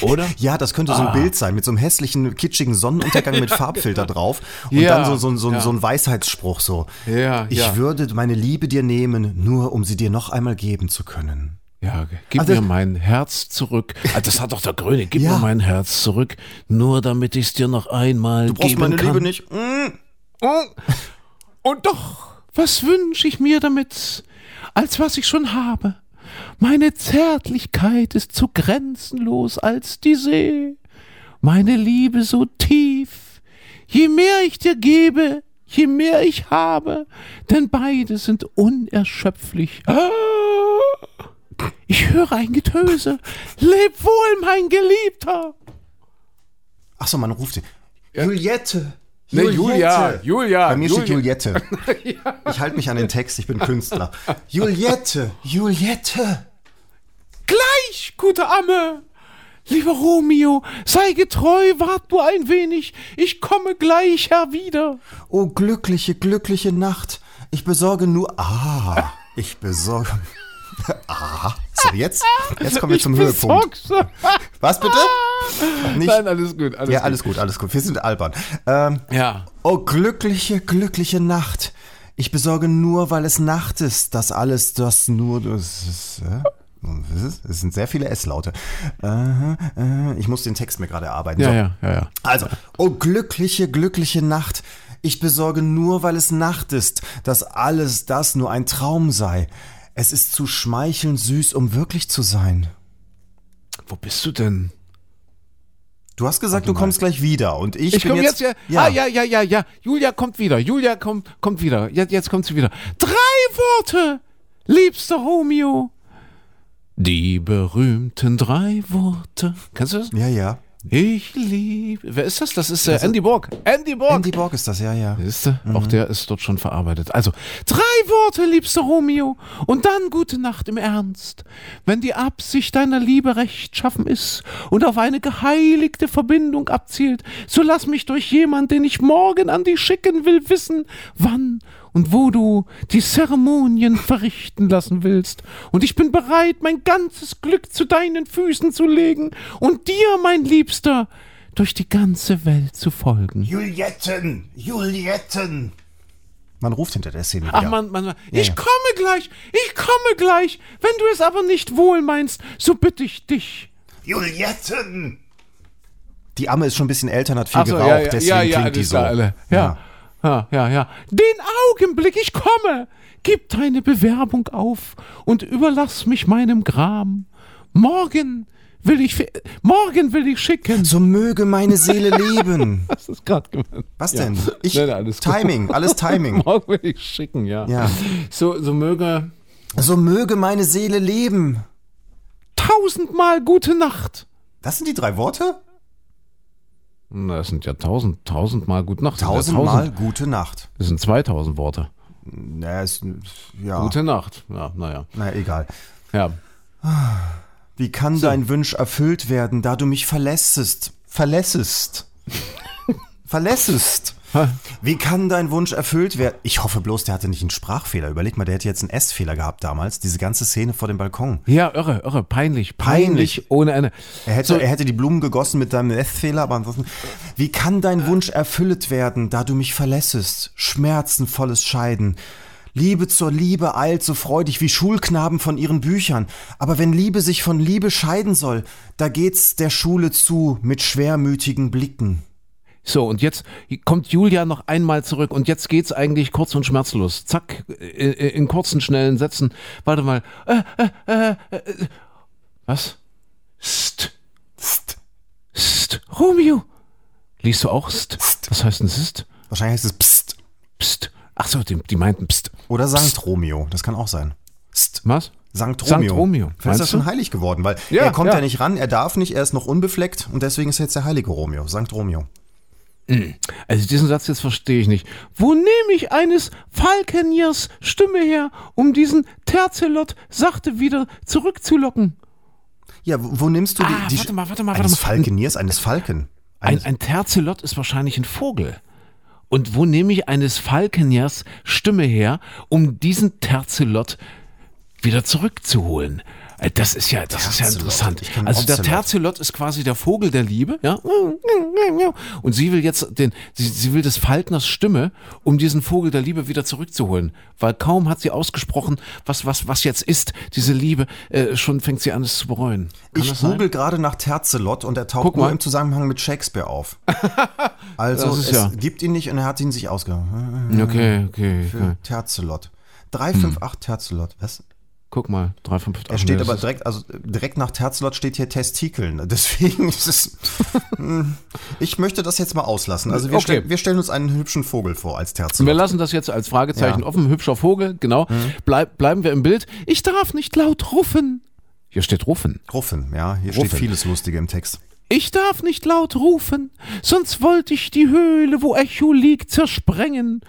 Speaker 2: Oder?
Speaker 3: Ja, das könnte so
Speaker 2: Ah.
Speaker 3: ein Bild sein, mit so einem hässlichen, kitschigen Sonnenuntergang mit Farbfilter drauf. Und
Speaker 2: Ja,
Speaker 3: dann so, so, so,
Speaker 2: ja.
Speaker 3: so ein Weisheitsspruch so.
Speaker 2: Ja,
Speaker 3: ich
Speaker 2: ja.
Speaker 3: würde meine Liebe dir nehmen, nur um sie dir noch einmal geben zu können.
Speaker 2: Ja, gib
Speaker 3: Also-
Speaker 2: mir mein Herz zurück. Ah, das hat doch der Grüne. Gib
Speaker 3: Ja.
Speaker 2: mir mein Herz zurück. Nur damit ich es dir noch einmal geben kann.
Speaker 3: nicht.
Speaker 2: Mm. Oh. Und doch, was wünsche ich mir damit, als was ich schon habe? Meine Zärtlichkeit ist so grenzenlos als die See, meine Liebe so tief. Je mehr ich dir gebe, je mehr ich habe, denn beide sind unerschöpflich. Ah! Ich höre ein Getöse. Leb wohl, mein Geliebter.
Speaker 3: Ach so, man ruft sie. Juliette.
Speaker 2: Nee, Julia, Julia,
Speaker 3: Bei mir steht
Speaker 2: Julia.
Speaker 3: Juliette. Ich halte mich an den Text, ich bin Künstler. Juliette, Juliette.
Speaker 2: Gleich, gute Amme! Lieber Romeo, sei getreu, wart nur ein wenig, ich komme gleich herwieder.
Speaker 3: Oh, glückliche, glückliche Nacht. Ich besorge nur. Ah, ich besorge. Ah, so jetzt, jetzt kommen wir zum Höhepunkt.
Speaker 2: Besorg's.
Speaker 3: Was bitte? Nicht,
Speaker 2: Ah. Nein, alles gut, alles
Speaker 3: ja,
Speaker 2: gut.
Speaker 3: alles gut, alles gut. Wir sind albern. Ähm,
Speaker 2: Ja.
Speaker 3: Oh, glückliche, glückliche Nacht. Ich besorge nur, weil es Nacht ist, das alles, das nur. Das ist, äh, was ist- es sind sehr viele S-Laute. Äh, äh, ich muss den Text mir gerade erarbeiten.
Speaker 2: Ja,
Speaker 3: So.
Speaker 2: ja, ja, ja.
Speaker 3: Also, oh glückliche, glückliche Nacht. Ich besorge nur, weil es Nacht ist, dass alles das nur ein Traum sei. Es ist zu schmeicheln süß, um wirklich zu sein.
Speaker 2: Wo bist du denn?
Speaker 3: Du hast gesagt, du kommst gleich wieder und ich,
Speaker 2: Ich,
Speaker 3: bin
Speaker 2: komme jetzt, ja,
Speaker 3: ja.
Speaker 2: Ah, ja, ja, ja, ja. Julia kommt wieder. Julia kommt, kommt wieder. Jetzt, jetzt kommt sie wieder. Drei Worte, liebster Romeo. Die berühmten drei Worte. Kennst du das?
Speaker 3: ja, ja.
Speaker 2: Ich liebe. Wer ist das? Das ist äh, Andy Borg. Andy Borg.
Speaker 3: Andy Borg ist das, ja, ja.
Speaker 2: Siehst du? Auch der ist dort schon verarbeitet. Also, drei Worte, liebster Romeo, und dann gute Nacht im Ernst. Wenn die Absicht deiner Liebe rechtschaffen ist und auf eine geheiligte Verbindung abzielt, so lass mich durch jemand, den ich morgen an dich schicken will, wissen, wann und wo du die Zeremonien verrichten lassen willst. Und ich bin bereit, mein ganzes Glück zu deinen Füßen zu legen und dir, mein Liebster, durch die ganze Welt zu folgen.
Speaker 3: Julietten, Julietten. Man ruft hinter der Szene
Speaker 2: Ach
Speaker 3: wieder.
Speaker 2: man, man, man. ich
Speaker 3: ja.
Speaker 2: komme gleich, ich komme gleich. Wenn du es aber nicht wohl meinst, so bitte ich dich.
Speaker 3: Julietten. Die Amme ist schon ein bisschen älter und hat viel geraucht, deswegen klingt die so.
Speaker 2: Ja, ja, ja, ja, ja. Den Augenblick, ich komme. Gib deine Bewerbung auf und überlass mich meinem Gram. Morgen will ich, fi- morgen will ich schicken.
Speaker 3: So möge meine Seele leben.
Speaker 2: Das ist gerade gemeint.
Speaker 3: Was denn? Ich,
Speaker 2: Nein, nein, alles gut.
Speaker 3: Timing, alles Timing.
Speaker 2: Morgen will ich schicken, ja.
Speaker 3: Ja.
Speaker 2: So, so möge
Speaker 3: So möge meine Seele leben.
Speaker 2: tausendmal gute Nacht.
Speaker 3: Das sind die drei Worte?
Speaker 2: Na, Das sind ja tausend, tausendmal gut Nacht. Das sind ja
Speaker 3: Tausendmal gute Nacht.
Speaker 2: Das sind 2000 Worte.
Speaker 3: Na, ist, ja,
Speaker 2: Gute Nacht. Ja, naja.
Speaker 3: na egal.
Speaker 2: Ja.
Speaker 3: Wie kann dein Wunsch erfüllt werden, da du mich verlässest? Verlässest. verlässest. Wie kann dein Wunsch erfüllt werden? Ich hoffe bloß, der hatte nicht einen Sprachfehler. Überleg mal, der hätte jetzt einen S-Fehler gehabt damals. Diese ganze Szene vor dem Balkon.
Speaker 2: Ja, irre, irre, peinlich, peinlich,
Speaker 3: Peinlich.
Speaker 2: ohne Ende.
Speaker 3: Er hätte, er hätte die Blumen gegossen mit deinem S-Fehler, aber ansonsten. Wie kann
Speaker 2: Äh.
Speaker 3: dein Wunsch erfüllt werden, da du mich verlässest? Schmerzenvolles Scheiden. Liebe zur Liebe eilt so freudig wie Schulknaben von ihren Büchern. Aber wenn Liebe sich von Liebe scheiden soll, da geht's der Schule zu mit schwermütigen Blicken.
Speaker 2: So, und jetzt kommt Julia noch einmal zurück und jetzt geht's eigentlich kurz und schmerzlos. Zack, in, in kurzen, schnellen Sätzen. Warte mal. Äh, äh, äh, äh, was? St.
Speaker 3: Psst.
Speaker 2: St. Romeo. Liest du auch St? Was heißt denn St?
Speaker 3: Wahrscheinlich heißt es Psst.
Speaker 2: Psst. Ach so, die, die meinten Psst.
Speaker 3: Oder Sankt Romeo. Das kann auch sein. Psst.
Speaker 2: Was?
Speaker 3: Sankt Romeo.
Speaker 2: Sankt Romeo.
Speaker 3: Vielleicht
Speaker 2: Meinst
Speaker 3: ist er schon
Speaker 2: du?
Speaker 3: heilig geworden, weil
Speaker 2: Ja,
Speaker 3: er kommt
Speaker 2: ja.
Speaker 3: ja. nicht ran, er darf nicht, er ist noch unbefleckt und deswegen ist er jetzt der heilige Romeo, Sankt Romeo.
Speaker 2: Also diesen Satz jetzt verstehe ich nicht. Wo nehme ich eines Falkeniers Stimme her, um diesen Terzelot sachte wieder zurückzulocken?
Speaker 3: Ja, wo, wo nimmst du die,
Speaker 2: Ah,
Speaker 3: die
Speaker 2: warte mal, warte mal, warte
Speaker 3: eines
Speaker 2: mal.
Speaker 3: Falkeniers, eines Falken?
Speaker 2: Ein, ein Terzelot ist wahrscheinlich ein Vogel. Und wo nehme ich eines Falkeniers Stimme her, um diesen Terzelot wieder zurückzuholen? Äh, Das ist ja, das ist ja
Speaker 3: Terzelot.
Speaker 2: interessant.
Speaker 3: Ich kenn
Speaker 2: Also der
Speaker 3: Ocelot.
Speaker 2: Terzelot ist quasi der Vogel der Liebe, ja. Und sie will jetzt den, sie, sie will des Falkners Stimme, um diesen Vogel der Liebe wieder zurückzuholen. Weil kaum hat sie ausgesprochen, was, was, was jetzt ist, diese Liebe, äh, schon fängt sie an, es zu bereuen. Kann
Speaker 3: ich
Speaker 2: das sein?
Speaker 3: google gerade nach Terzelot und er taucht
Speaker 2: Guck
Speaker 3: nur
Speaker 2: mal.
Speaker 3: im Zusammenhang mit Shakespeare auf. Also
Speaker 2: Das
Speaker 3: es
Speaker 2: ist ja-
Speaker 3: gibt ihn nicht und er hat ihn sich ausgehauen.
Speaker 2: Okay, okay, okay.
Speaker 3: Für Terzelot. 358 Terzelot. Was?
Speaker 2: Guck mal, 358.
Speaker 3: Er steht aber direkt, also direkt nach Terzelot steht hier Testikeln. Deswegen ist es. Hm. ich möchte das jetzt mal auslassen. Also wir,
Speaker 2: Okay.
Speaker 3: stell, wir stellen uns einen hübschen Vogel vor als
Speaker 2: Wir
Speaker 3: Terzelot.
Speaker 2: lassen das jetzt als Fragezeichen
Speaker 3: Ja. Mhm.
Speaker 2: offen. Hübscher Vogel, genau. Bleib, bleiben wir im Bild. Ich darf nicht laut rufen. Hier steht rufen.
Speaker 3: Ruffen, ja. Hier
Speaker 2: Ruffen.
Speaker 3: steht vieles Lustige im Text.
Speaker 2: Ich darf nicht laut rufen, sonst wollte ich die Höhle, wo Echo liegt, zersprengen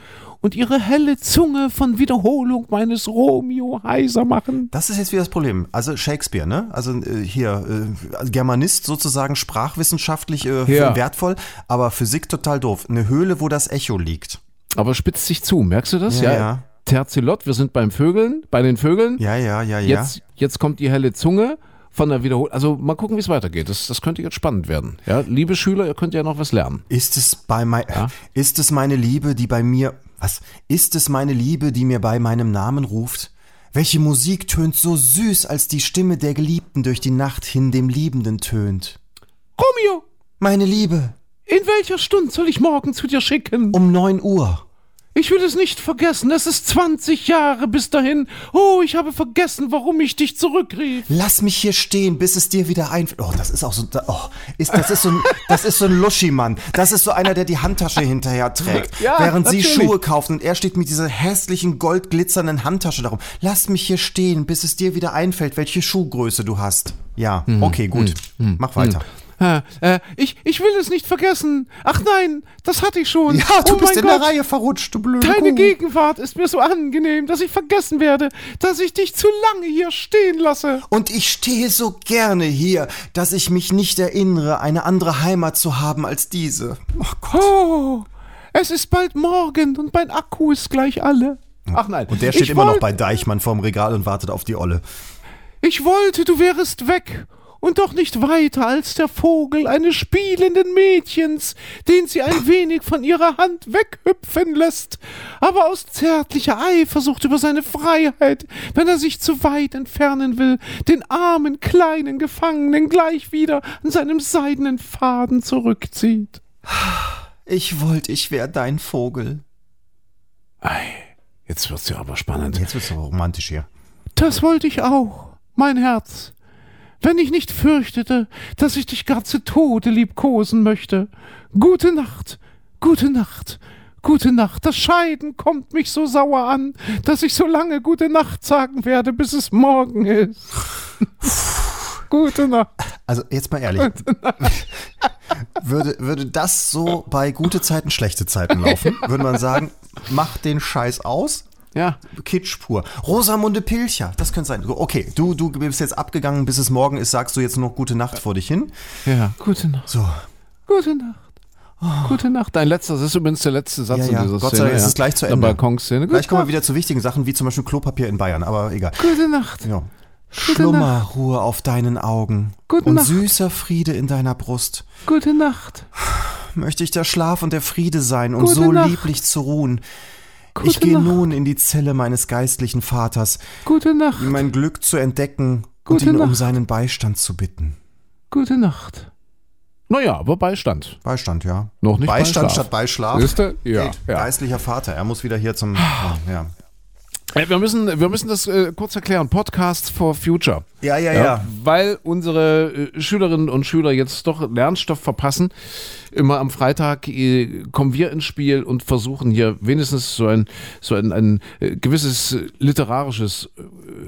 Speaker 2: und ihre helle Zunge von Wiederholung meines Romeo heiser machen.
Speaker 3: Das ist jetzt wieder das Problem. Also Shakespeare, ne? Also äh, hier, äh, Germanist sozusagen sprachwissenschaftlich äh,
Speaker 2: Ja.
Speaker 3: wertvoll, aber Physik total doof. Eine Höhle, wo das Echo liegt.
Speaker 2: Aber spitzt sich zu, merkst du das?
Speaker 3: Ja, ja.
Speaker 2: Terzelot, wir sind beim Vögeln, bei den Vögeln.
Speaker 3: Ja, ja, ja, ja.
Speaker 2: Jetzt, jetzt kommt die helle Zunge von der Wiederholung. Also mal gucken, wie es weitergeht. Das, das könnte jetzt spannend werden. Ja, liebe Schüler, ihr könnt ja noch was lernen.
Speaker 3: Ist es bei mei ist es meine Liebe, die bei mir was ist es meine Liebe, die mir bei meinem Namen ruft? Welche Musik tönt so süß, als die Stimme der Geliebten durch die Nacht hin dem Liebenden tönt?
Speaker 2: Romeo,
Speaker 3: Meine Liebe,
Speaker 2: In welcher Stunde soll ich morgen zu dir schicken?
Speaker 3: um 9 Uhr.
Speaker 2: Ich will es nicht vergessen, es ist 20 Jahre bis dahin. Oh, ich habe vergessen, warum ich dich zurückrief.
Speaker 3: Lass mich hier stehen, bis es dir wieder einfällt. Oh, das ist auch so da- oh, ist das ist so ein das ist so ein Luschi-Mann. Das ist so einer, der die Handtasche hinterher trägt,
Speaker 2: Ja,
Speaker 3: während sie
Speaker 2: natürlich.
Speaker 3: Schuhe kaufen und er steht mit dieser hässlichen goldglitzernden Handtasche darum. Lass mich hier stehen, bis es dir wieder einfällt, welche Schuhgröße du hast. Ja, okay, gut. Mach weiter.
Speaker 2: Äh, äh, ich, ich will es nicht vergessen. Ach nein, das hatte ich schon.
Speaker 3: Ja, du
Speaker 2: oh
Speaker 3: bist
Speaker 2: mein
Speaker 3: in
Speaker 2: Gott.
Speaker 3: der Reihe verrutscht, du blöde
Speaker 2: Deine
Speaker 3: Kuh.
Speaker 2: Gegenwart ist mir so angenehm, dass ich vergessen werde, dass ich dich zu lange hier stehen lasse.
Speaker 3: Und ich stehe so gerne hier, dass ich mich nicht erinnere, eine andere Heimat zu haben als diese. Oh Gott.
Speaker 2: Oh, es ist bald morgen und mein Akku ist gleich alle. Ach nein.
Speaker 3: Und der steht
Speaker 2: ich
Speaker 3: immer noch
Speaker 2: wollt-
Speaker 3: bei Deichmann vorm Regal und wartet auf die Olle.
Speaker 2: Ich wollte, du wärest weg und doch nicht weiter als der Vogel eines spielenden Mädchens, den sie ein wenig von ihrer Hand weghüpfen lässt, aber aus zärtlicher Eifersucht über seine Freiheit, wenn er sich zu weit entfernen will, den armen kleinen Gefangenen gleich wieder an seinem seidenen Faden zurückzieht.
Speaker 3: Ich wollte, ich wäre dein Vogel.
Speaker 2: Jetzt wird's ja aber spannend.
Speaker 3: Also Jetzt wird's aber romantisch hier.
Speaker 2: Das wollte ich auch, mein Herz. Wenn ich nicht fürchtete, dass ich dich gar zu Tode liebkosen möchte. Gute Nacht, gute Nacht, gute Nacht. Das Scheiden kommt mich so sauer an, dass ich so lange gute Nacht sagen werde, bis es morgen ist. gute Nacht.
Speaker 3: Also jetzt mal ehrlich. würde, würde das so bei gute Zeiten, schlechte Zeiten laufen, würde man sagen, mach den Scheiß aus.
Speaker 2: Ja,
Speaker 3: Kitsch pur. Rosamunde Pilcher, das könnte sein. So, Okay, du, du bist jetzt abgegangen, bis es morgen ist, sagst du jetzt noch gute Nacht vor dich hin.
Speaker 2: ja, gute Nacht,
Speaker 3: So,
Speaker 2: gute Nacht. Oh. Gute Nacht, dein letzter, das ist übrigens der letzte Satz
Speaker 3: Ja, ja.
Speaker 2: in dieser
Speaker 3: Gott sei
Speaker 2: Szene.
Speaker 3: Dank ist es gleich zu
Speaker 2: Der
Speaker 3: Ende.
Speaker 2: Balkonszene. Gute
Speaker 3: Gleich kommen wir
Speaker 2: Nacht.
Speaker 3: wieder zu wichtigen Sachen, wie zum Beispiel Klopapier in Bayern, aber egal.
Speaker 2: Gute Nacht.
Speaker 3: Ja. Schlummer, Ruhe auf deinen Augen
Speaker 2: Gute
Speaker 3: und
Speaker 2: Nacht.
Speaker 3: süßer Friede in deiner Brust.
Speaker 2: Gute Nacht.
Speaker 3: Möchte ich der Schlaf und der Friede sein, um
Speaker 2: Gute
Speaker 3: so
Speaker 2: Nacht.
Speaker 3: lieblich zu ruhen. ich
Speaker 2: Gute
Speaker 3: gehe
Speaker 2: Nacht.
Speaker 3: nun in die Zelle meines geistlichen Vaters,
Speaker 2: Gute Nacht.
Speaker 3: ihm mein Glück zu entdecken
Speaker 2: Gute
Speaker 3: und ihn um
Speaker 2: Nacht.
Speaker 3: seinen Beistand zu bitten.
Speaker 2: Gute Nacht. Naja, aber Beistand.
Speaker 3: Beistand, ja.
Speaker 2: Noch nicht
Speaker 3: Beistand
Speaker 2: Beischlaf.
Speaker 3: statt Beischlaf.
Speaker 2: Siehst du? Ja, Ah.
Speaker 3: Geht.
Speaker 2: ja.
Speaker 3: Geistlicher Vater, er muss wieder hier zum. Ja, ja.
Speaker 2: Äh, Wir müssen, wir müssen das äh, kurz erklären. Podcasts for Future.
Speaker 3: Ja, ja, ja.
Speaker 2: Weil unsere äh, Schülerinnen und Schüler jetzt doch Lernstoff verpassen. Immer am Freitag äh, kommen wir ins Spiel und versuchen hier wenigstens so ein, so ein, ein äh, gewisses äh, literarisches äh,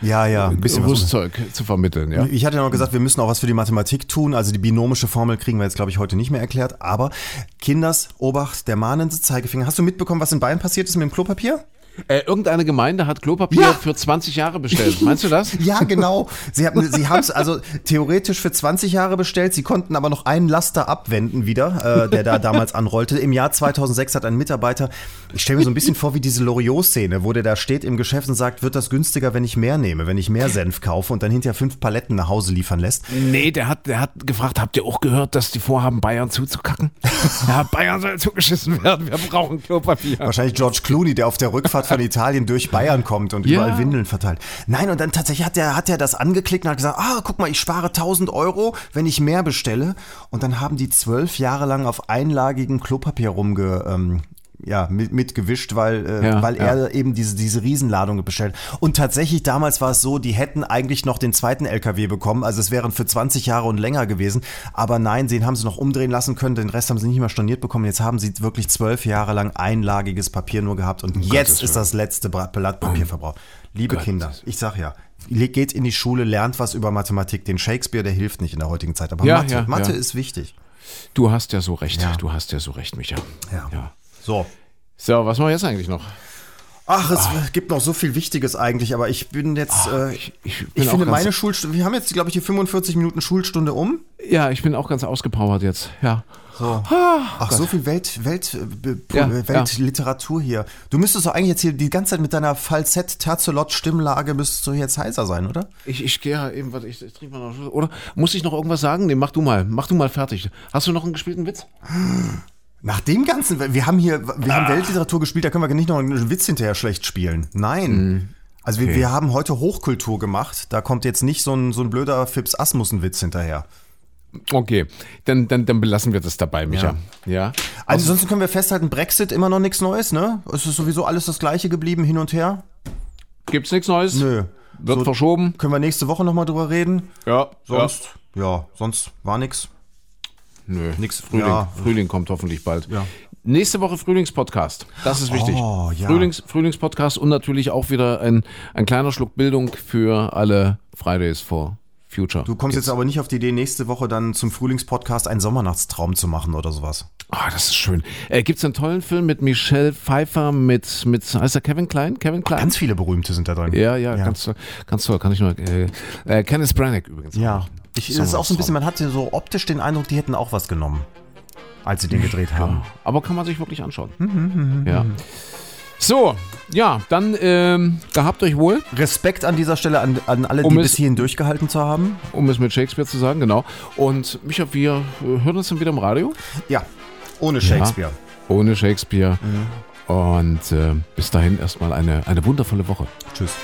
Speaker 3: Ja, ja, ein bisschen was.
Speaker 2: Rüstzeug zu vermitteln. Ja.
Speaker 3: Ich hatte ja noch gesagt, wir müssen auch was für die Mathematik tun. Also die binomische Formel kriegen wir jetzt, glaube ich, heute nicht mehr erklärt. Aber Kinders, Obacht, der mahnende Zeigefinger. Hast du mitbekommen, was in Bayern passiert ist mit dem Klopapier?
Speaker 2: Äh, irgendeine Gemeinde hat Klopapier
Speaker 3: Ja.
Speaker 2: für 20 Jahre bestellt. Meinst du das?
Speaker 3: Ja, genau. Sie haben sie es also theoretisch für 20 Jahre bestellt. Sie konnten aber noch einen Laster abwenden wieder, äh, der da damals anrollte. Im Jahr 2006 hat ein Mitarbeiter, ich stelle mir so ein bisschen vor wie diese Loriot-Szene, wo der da steht im Geschäft und sagt, wird das günstiger, wenn ich mehr nehme, wenn ich mehr Senf kaufe und dann hinterher fünf Paletten nach Hause liefern lässt.
Speaker 2: Nee, der hat, der hat gefragt, habt ihr auch gehört, dass die vorhaben, Bayern zuzukacken? ja, Bayern soll zugeschissen werden, wir brauchen Klopapier.
Speaker 3: Wahrscheinlich George Clooney, der auf der Rückfahrt von Italien durch Bayern kommt und
Speaker 2: Ja.
Speaker 3: überall Windeln verteilt. Nein, und dann tatsächlich hat der, hat der das angeklickt und hat gesagt, ah, guck mal, ich spare 1000 Euro, wenn ich mehr bestelle. Und dann haben die zwölf Jahre lang auf einlagigem Klopapier rumge... Ähm, ja, mit, mitgewischt, weil, äh,
Speaker 2: Ja,
Speaker 3: weil
Speaker 2: ja.
Speaker 3: er eben diese, diese Riesenladung bestellt. Und tatsächlich, damals war es so, die hätten eigentlich noch den zweiten LKW bekommen, also es wären für 20 Jahre und länger gewesen. Aber nein, den haben sie noch umdrehen lassen können, den Rest haben sie nicht mehr storniert bekommen. Jetzt haben sie wirklich zwölf Jahre lang einlagiges Papier nur gehabt und jetzt ist das letzte Bra- Blatt Papier verbraucht. Liebe Kinder, ich sag ja, le- geht in die Schule, lernt was über Mathematik. Den Shakespeare, der hilft nicht in der heutigen Zeit, aber
Speaker 2: Ja,
Speaker 3: Mathe,
Speaker 2: ja,
Speaker 3: Mathe
Speaker 2: ja.
Speaker 3: ist wichtig.
Speaker 2: Du hast ja so recht, du hast ja so recht, Micha.
Speaker 3: Ja.
Speaker 2: Ja.
Speaker 3: So.
Speaker 2: So, was machen wir jetzt eigentlich noch?
Speaker 3: Ach, es gibt noch so viel Wichtiges eigentlich, aber ich bin jetzt. äh, ich
Speaker 2: Ah. ich- ich bin auch
Speaker 3: finde
Speaker 2: ganz-
Speaker 3: meine Schulstunde. Wir haben jetzt, glaube ich, die 45 Minuten Schulstunde um.
Speaker 2: Ja, ich bin auch ganz ausgepowert jetzt, ja.
Speaker 3: So. Ach, so viel Welt, Welt, äh, be-
Speaker 2: Ah, Ja,
Speaker 3: äh, Weltliteratur hier. Du müsstest doch eigentlich jetzt hier die ganze Zeit mit deiner Falsett-Terzolot-Stimmlage müsstest du jetzt heiser sein, oder?
Speaker 2: Ich, ich gehe ja eben, warte, ich, ich trinke mal noch. Oder muss ich noch irgendwas sagen? Nee, mach du mal, mach du mal fertig. Hast du noch einen gespielten Witz?
Speaker 3: Nach dem Ganzen, wir haben hier, wir
Speaker 2: Ah.
Speaker 3: haben Weltliteratur gespielt, da können wir nicht noch einen Witz hinterher schlecht spielen. Nein.
Speaker 2: Hm.
Speaker 3: Also wir, wir haben heute Hochkultur gemacht, da kommt jetzt nicht so ein, so ein blöder Fips Asmussen-Witz hinterher.
Speaker 2: Okay, dann, dann, dann belassen wir das dabei, Micha. Ja.
Speaker 3: Also ansonsten können wir festhalten, Brexit immer noch nichts Neues, ne? Es ist sowieso alles das gleiche geblieben, hin und her.
Speaker 2: Gibt's nichts Neues?
Speaker 3: Nö.
Speaker 2: Wird verschoben?
Speaker 3: Können wir nächste Woche nochmal drüber reden?
Speaker 2: Ja.
Speaker 3: Sonst, ja, sonst war nix.
Speaker 2: Nö.
Speaker 3: Nix.
Speaker 2: Frühling.
Speaker 3: Ja.
Speaker 2: Frühling kommt hoffentlich bald.
Speaker 3: Ja.
Speaker 2: Nächste Woche Frühlingspodcast. Das ist wichtig.
Speaker 3: Oh, ja.
Speaker 2: Frühlings, Frühlingspodcast und natürlich auch wieder ein, ein kleiner Schluck Bildung für alle Fridays for Future.
Speaker 3: Du kommst jetzt aber nicht auf die Idee, nächste Woche dann zum Frühlingspodcast einen Sommernachtstraum zu machen oder sowas.
Speaker 2: Ah, das ist schön. Äh, Gibt es einen tollen Film mit Michelle Pfeiffer, mit, mit heißt er Kevin Klein? Kevin Klein?
Speaker 3: Ganz viele Berühmte sind da drin.
Speaker 2: ja, ja,
Speaker 3: Ja.
Speaker 2: ganz toll. Ganz toll, kann ich nur. Äh, äh, Kenneth Branagh übrigens.
Speaker 3: Ja.
Speaker 2: auch.
Speaker 3: Ich, das ist auch so ein bisschen, man hatte so optisch den Eindruck, die hätten auch was genommen, als sie den gedreht haben.
Speaker 2: Aber kann man sich wirklich anschauen.
Speaker 3: Mhm,
Speaker 2: ja. So, ja, dann ähm, gehabt euch wohl.
Speaker 3: Respekt an dieser Stelle an, an alle,
Speaker 2: Um
Speaker 3: die
Speaker 2: es-
Speaker 3: bis hierhin durchgehalten zu haben.
Speaker 2: um es mit Shakespeare zu sagen, genau. Und Micha, wir äh, hören uns dann wieder im Radio.
Speaker 3: Ja. Ohne Shakespeare.
Speaker 2: Ohne Shakespeare. Und äh, bis dahin erstmal eine, eine wundervolle Woche.
Speaker 3: Tschüss.